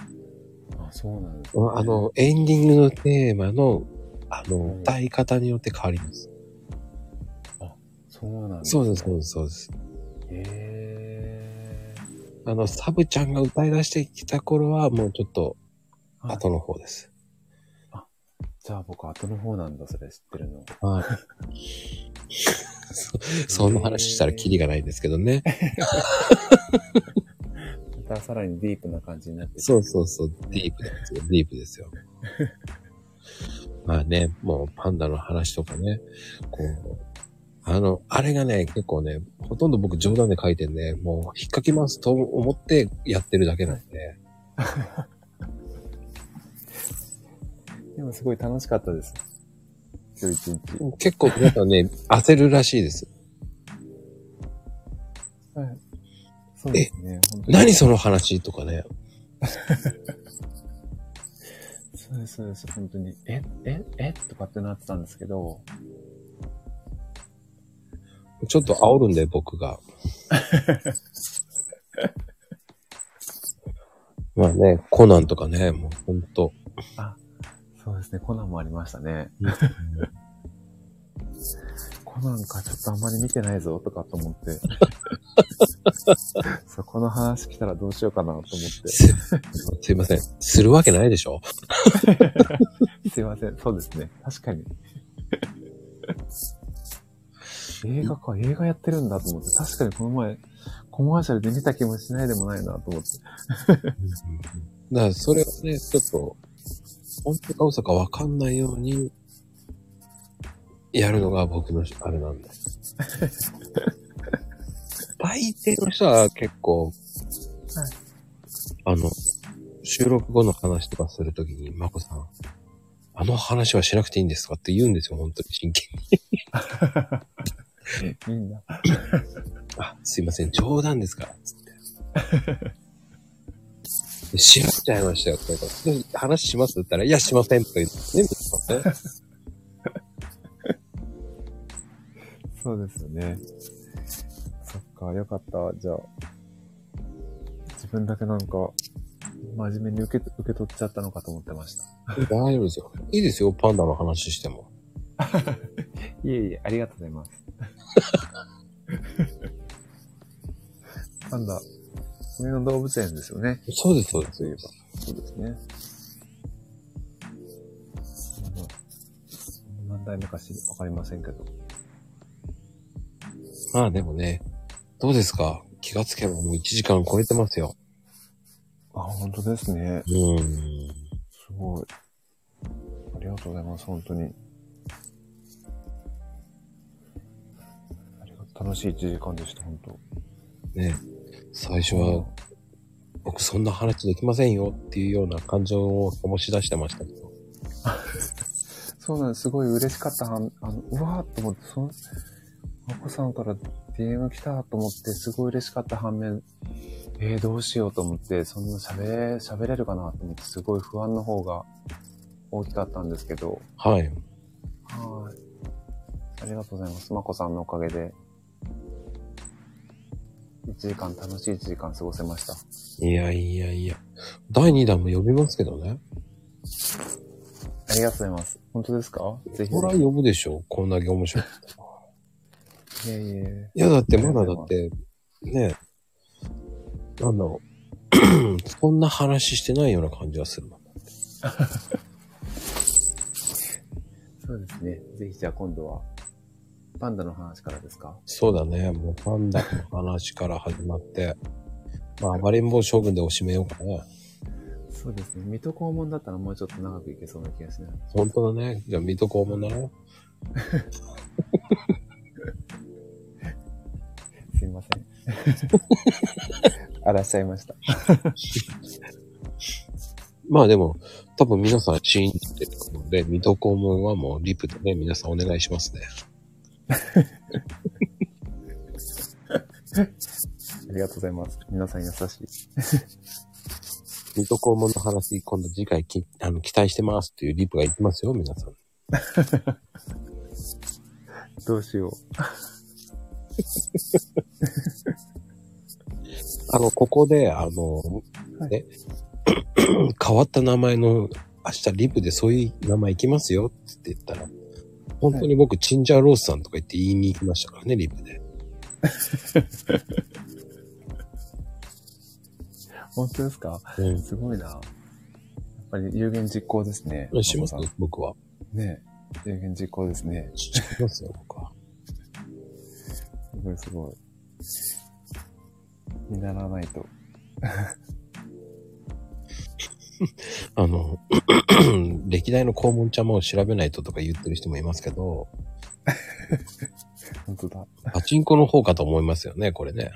[SPEAKER 2] あ、そうなんですね
[SPEAKER 1] あ、の、エンディングのテーマの、あの、
[SPEAKER 2] うん
[SPEAKER 1] 歌い方によって変わります。
[SPEAKER 2] そうなんです
[SPEAKER 1] そうです、そうです、そうです。
[SPEAKER 2] へえ
[SPEAKER 1] あの、サブちゃんが歌い出してきた頃は、もうちょっと、
[SPEAKER 2] ー。あ
[SPEAKER 1] 後の方です。
[SPEAKER 2] じゃあ僕後の方なんだ、それ知ってるの。
[SPEAKER 1] はい。 (laughs) そそんな話したらキリがないんですけどね。
[SPEAKER 2] またさらにディープな感じになってる
[SPEAKER 1] そうそうそう、ディープなんですよ。ディープですよ。 (laughs) まあね、もうパンダの話とかね、こう、あの、あれがね、結構ね、ほとんど僕冗談で書いてんで、もう引っかきますと思ってやってるだけなんで、
[SPEAKER 2] でもすごい楽しかったです。今日一日。
[SPEAKER 1] 結構皆さんね、 (laughs) 焦るらしいです。
[SPEAKER 2] はい。そうですね。本当に
[SPEAKER 1] 何その話とかね、
[SPEAKER 2] そうです、そうです。本当に。え、え、えとかってなってたんですけど、
[SPEAKER 1] ちょっと煽るんで、僕が。 (laughs) まあね、コナンとかね、もうほんと。
[SPEAKER 2] そうですね。コナンもありましたね。 (laughs) コナンか、ちょっとあんまり見てないぞ、とかと
[SPEAKER 1] (laughs)
[SPEAKER 2] 思って。そうこの話来たらどうしようかなと思っ
[SPEAKER 1] す (laughs) すいません。するわけないでしょ
[SPEAKER 2] て。すいません。そうですね。確かに。映画か、映画やってるんだと思って。確かにこの前、コマーシャルで見た気もしないでもないなと思って。
[SPEAKER 1] だからそれをね、ちょっと、本当か嘘かわかんないように、やるのが僕のあれなんだ。大抵の人は結構、あの、収録後の話とかするときに、まこさん、あの話はしなくていいんですかって言うんですよ、本当に真剣に。
[SPEAKER 2] みんな。
[SPEAKER 1] あ、すいません、冗談ですから、つ (laughs) って。しまっちゃいましたよ、とか。話しますって言ったら、いや、しません、とか言って、全部しません。
[SPEAKER 2] そうですよね。そっか、よかった。じゃあ、自分だけなんか、真面目に受け受け取っちゃったのかと思ってました。
[SPEAKER 1] 大丈夫ですよ。いいですよ、パンダの話しても。
[SPEAKER 2] いえいえ、ありがとうございます。 (laughs) なんだ、上野動物園ですよね。
[SPEAKER 1] そうです、そうです。
[SPEAKER 2] そうですね。あの何代目かしわかりませんけど。
[SPEAKER 1] まあでもね、どうですか気がつけばもう1時間超えてますよ。
[SPEAKER 2] あ、本当ですね。
[SPEAKER 1] うん。
[SPEAKER 2] すごい。ありがとうございます、本当に。ありが楽しい1時間でした、本当。
[SPEAKER 1] ね最初は、僕そんな話できませんよっていうような感情を醸し出してましたけど。
[SPEAKER 2] そうなんです、すごい嬉しかった。あの、あのうわーっと思って、その、まこさんから DM 来たと思って、すごい嬉しかった反面、えー、どうしようと思って、そんな喋れ、喋れるかなと思って、すごい不安の方が大きかったんですけど、
[SPEAKER 1] はい。
[SPEAKER 2] はい。ありがとうございます。まこさんのおかげで、1時間、楽しい1時間過ごせました。
[SPEAKER 1] いやいやいや。第2弾も呼びますけどね。
[SPEAKER 2] ありがとうございます。本当ですかぜひぜ
[SPEAKER 1] ほら呼ぶでしょこんだけ面白い。
[SPEAKER 2] ひ。いえいえ。
[SPEAKER 1] いやだってまだだって、ねなん (clears throat) だろう。そんな話してないような感じがするもん。
[SPEAKER 2] そうですね。ぜひじゃあ今度は、パンダの話からですか
[SPEAKER 1] そうだね。もうパンダの話から始まって、まあ、暴れん坊将軍でおしめようかな。
[SPEAKER 2] そうですね。水戸黄門だったらもうちょっと長くいけそうな気がしない。
[SPEAKER 1] 本当だね。じゃあ、水戸黄門だな。
[SPEAKER 2] すいません。
[SPEAKER 1] (laughs)
[SPEAKER 2] あらしちゃいました。
[SPEAKER 1] まあでも、多分皆さんシーンってくるので、水戸黄門はもうリプでね、皆さんお願いしますね。
[SPEAKER 2] ありがとうございます。皆さん優しい。
[SPEAKER 1] 水戸黄門の話、今度次回きあの期待してますっていうリプが言ってますよ、皆さん。
[SPEAKER 2] どうしよう。
[SPEAKER 1] あの、ここで、あの、ね、 (coughs) 変わった名前の、明日リプでそういう名前行きますよって言ったら、本当に僕、チンジャーロースさんとか言って言いに行きましたからね、リプで。
[SPEAKER 2] 本当ですか
[SPEAKER 1] う
[SPEAKER 2] すごいな。やっぱり有言実行ですね。
[SPEAKER 1] ん。します
[SPEAKER 2] マコさ
[SPEAKER 1] 僕は。
[SPEAKER 2] んねえ有言実行ですね。
[SPEAKER 1] しますよ、僕は。
[SPEAKER 2] すごいすごい。見習わないと。
[SPEAKER 1] あの、 (coughs) 歴代の肛門ちゃんも調べないととか言ってる人もいますけど、
[SPEAKER 2] 本当だ。
[SPEAKER 1] パチンコの方かと思いますよね、これね。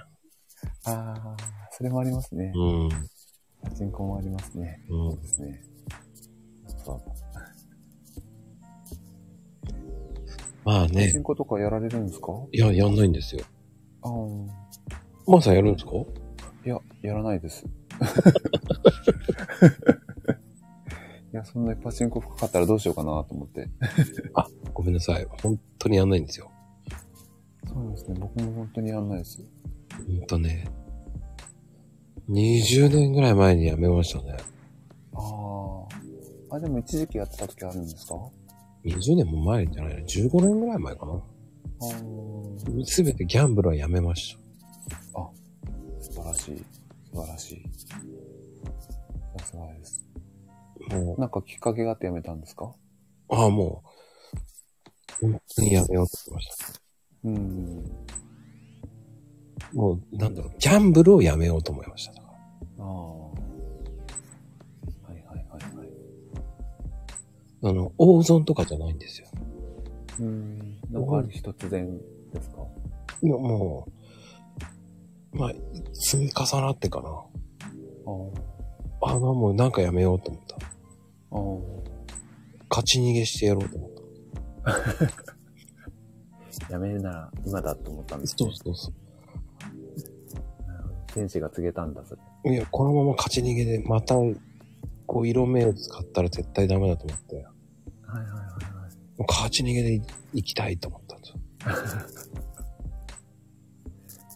[SPEAKER 2] ああ、それもありますね。
[SPEAKER 1] うん。
[SPEAKER 2] パチンコもありますね。
[SPEAKER 1] う。
[SPEAKER 2] そうんですね。そう
[SPEAKER 1] まあ
[SPEAKER 2] パ
[SPEAKER 1] ね
[SPEAKER 2] チ、ンコとかやられるんですか
[SPEAKER 1] いや、やんないんですよ。
[SPEAKER 2] ああ、
[SPEAKER 1] まーさんやるんですか
[SPEAKER 2] いや、やらない (laughs) です。いや、そんなにパチンコ深かったらどうしようかなと思って。
[SPEAKER 1] ごめんなさい。本当にやんないんですよ。
[SPEAKER 2] そうですね。僕も本当にやんないです。
[SPEAKER 1] うんとね、20年ぐらい前に辞めましたね。
[SPEAKER 2] ああ。あ、でも一時期やってた時あるんですかあ
[SPEAKER 1] 20年も前じゃないな。15年ぐらい前かな。
[SPEAKER 2] あ。素
[SPEAKER 1] すべてギャンブルはやめました。
[SPEAKER 2] 晴らしい。素晴らしい。さすがです。
[SPEAKER 1] も
[SPEAKER 2] なんかきっかけがあってやめたんですか
[SPEAKER 1] う、ああ、もう、本当にやめようと思いました。
[SPEAKER 2] うん。
[SPEAKER 1] もう、なんだろう、ギャンブルをやめようと思いました。だか
[SPEAKER 2] ああ。はいはいはいはい。
[SPEAKER 1] らあの、大損とかじゃないんですよ。
[SPEAKER 2] うん。なんかある日突然ですか
[SPEAKER 1] いやもう、まあ、積み重なってかな。
[SPEAKER 2] ああ。
[SPEAKER 1] ああ、もうなんかやめようと思った。
[SPEAKER 2] ああ。
[SPEAKER 1] 勝ち逃げしてやろうと思った。
[SPEAKER 2] やめるなら今だと思ったんですけ
[SPEAKER 1] そ
[SPEAKER 2] ど
[SPEAKER 1] う、そうそ
[SPEAKER 2] 天使が告げたんだ、それ。
[SPEAKER 1] う。いや、このまま勝ち逃げで、また、こう、色目を使ったら絶対ダメだと思って、
[SPEAKER 2] はいはいはいはい。
[SPEAKER 1] もう勝ち逃げで行きたいと思ったんですよ。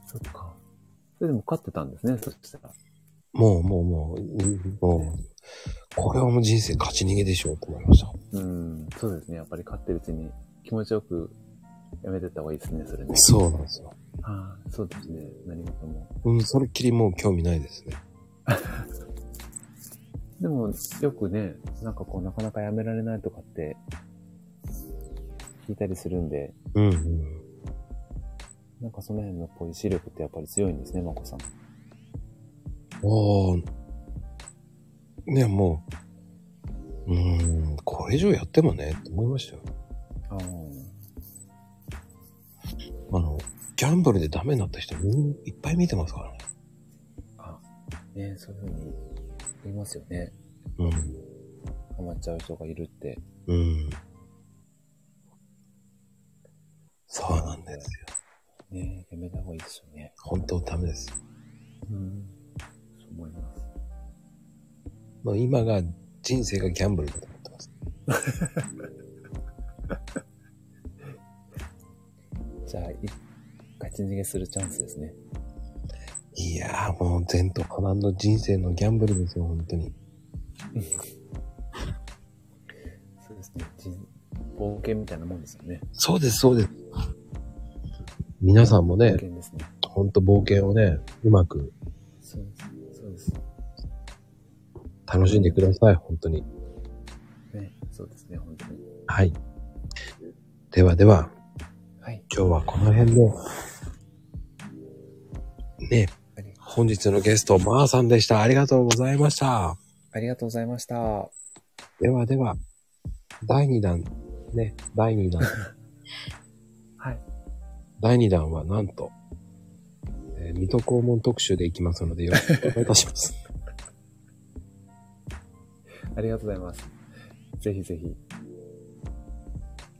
[SPEAKER 2] そっか。それでも勝ってたんですね、そしたら。
[SPEAKER 1] もう、もう、もう、もう、これはもう人生勝ち逃げでしょうと思いました。
[SPEAKER 2] うん、そうですね。やっぱり勝ってるうちに気持ちよくやめてった方がいいですね、それね。
[SPEAKER 1] そうなんですよ。
[SPEAKER 2] ああ、そうですね。何事も。
[SPEAKER 1] うん、それっきりもう興味ないですね。
[SPEAKER 2] でも、よくね、なんかこう、なかなかやめられないとかって、聞いたりするんで、
[SPEAKER 1] うん、うん。
[SPEAKER 2] なんかその辺のこういう視力ってやっぱり強いんですね、まこさん。
[SPEAKER 1] ああ、ね、もう、うーん、これ以上やってもね、って思いましたよ。
[SPEAKER 2] ああ。
[SPEAKER 1] あの、ギャンブルでダメになった人、みんいっぱい見てますからね。
[SPEAKER 2] ねそういうふうに言いますよね。
[SPEAKER 1] うん。
[SPEAKER 2] ハマっちゃう人がいるって。
[SPEAKER 1] うん。そうなんですよ。
[SPEAKER 2] ねやめた方がいいですよね。
[SPEAKER 1] 本当ダメです。
[SPEAKER 2] うん。そう思います。
[SPEAKER 1] もう今が、人生がギャンブルだと思ってます。
[SPEAKER 2] じゃあ、い勝ち逃げするチャンスですね。
[SPEAKER 1] いやー、もう前途波乱の人生のギャンブルですよ、本当に。
[SPEAKER 2] そうですね。人冒険みたいなもんですよね。
[SPEAKER 1] そうです、そうです。皆さんも
[SPEAKER 2] 冒
[SPEAKER 1] ね、
[SPEAKER 2] 険ですね。
[SPEAKER 1] ほんと冒険をね、うまく
[SPEAKER 2] そうです。そうです。
[SPEAKER 1] 楽しんでください、本当に。
[SPEAKER 2] ね。そうですね、本当に。
[SPEAKER 1] はい。ではでは、
[SPEAKER 2] はい。
[SPEAKER 1] 今日はこの辺で。ね
[SPEAKER 2] はい、
[SPEAKER 1] 本日のゲスト、まーさんでした。ありがとうございました。
[SPEAKER 2] ありがとうございました。は
[SPEAKER 1] ではでは、第2弾、ね、第2弾。
[SPEAKER 2] い。
[SPEAKER 1] 第2弾はなんと、えー水戸黄門特集でいきますので、よろしくお願いいたします。
[SPEAKER 2] ありがとうございます。ぜひぜひ。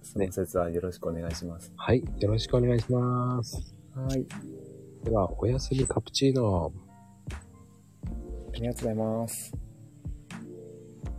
[SPEAKER 2] その説はよろしくお願いします。
[SPEAKER 1] はい、よろしくお願いします。
[SPEAKER 2] はい。
[SPEAKER 1] では、おやすみカプチーノ。
[SPEAKER 2] ありがとうございます。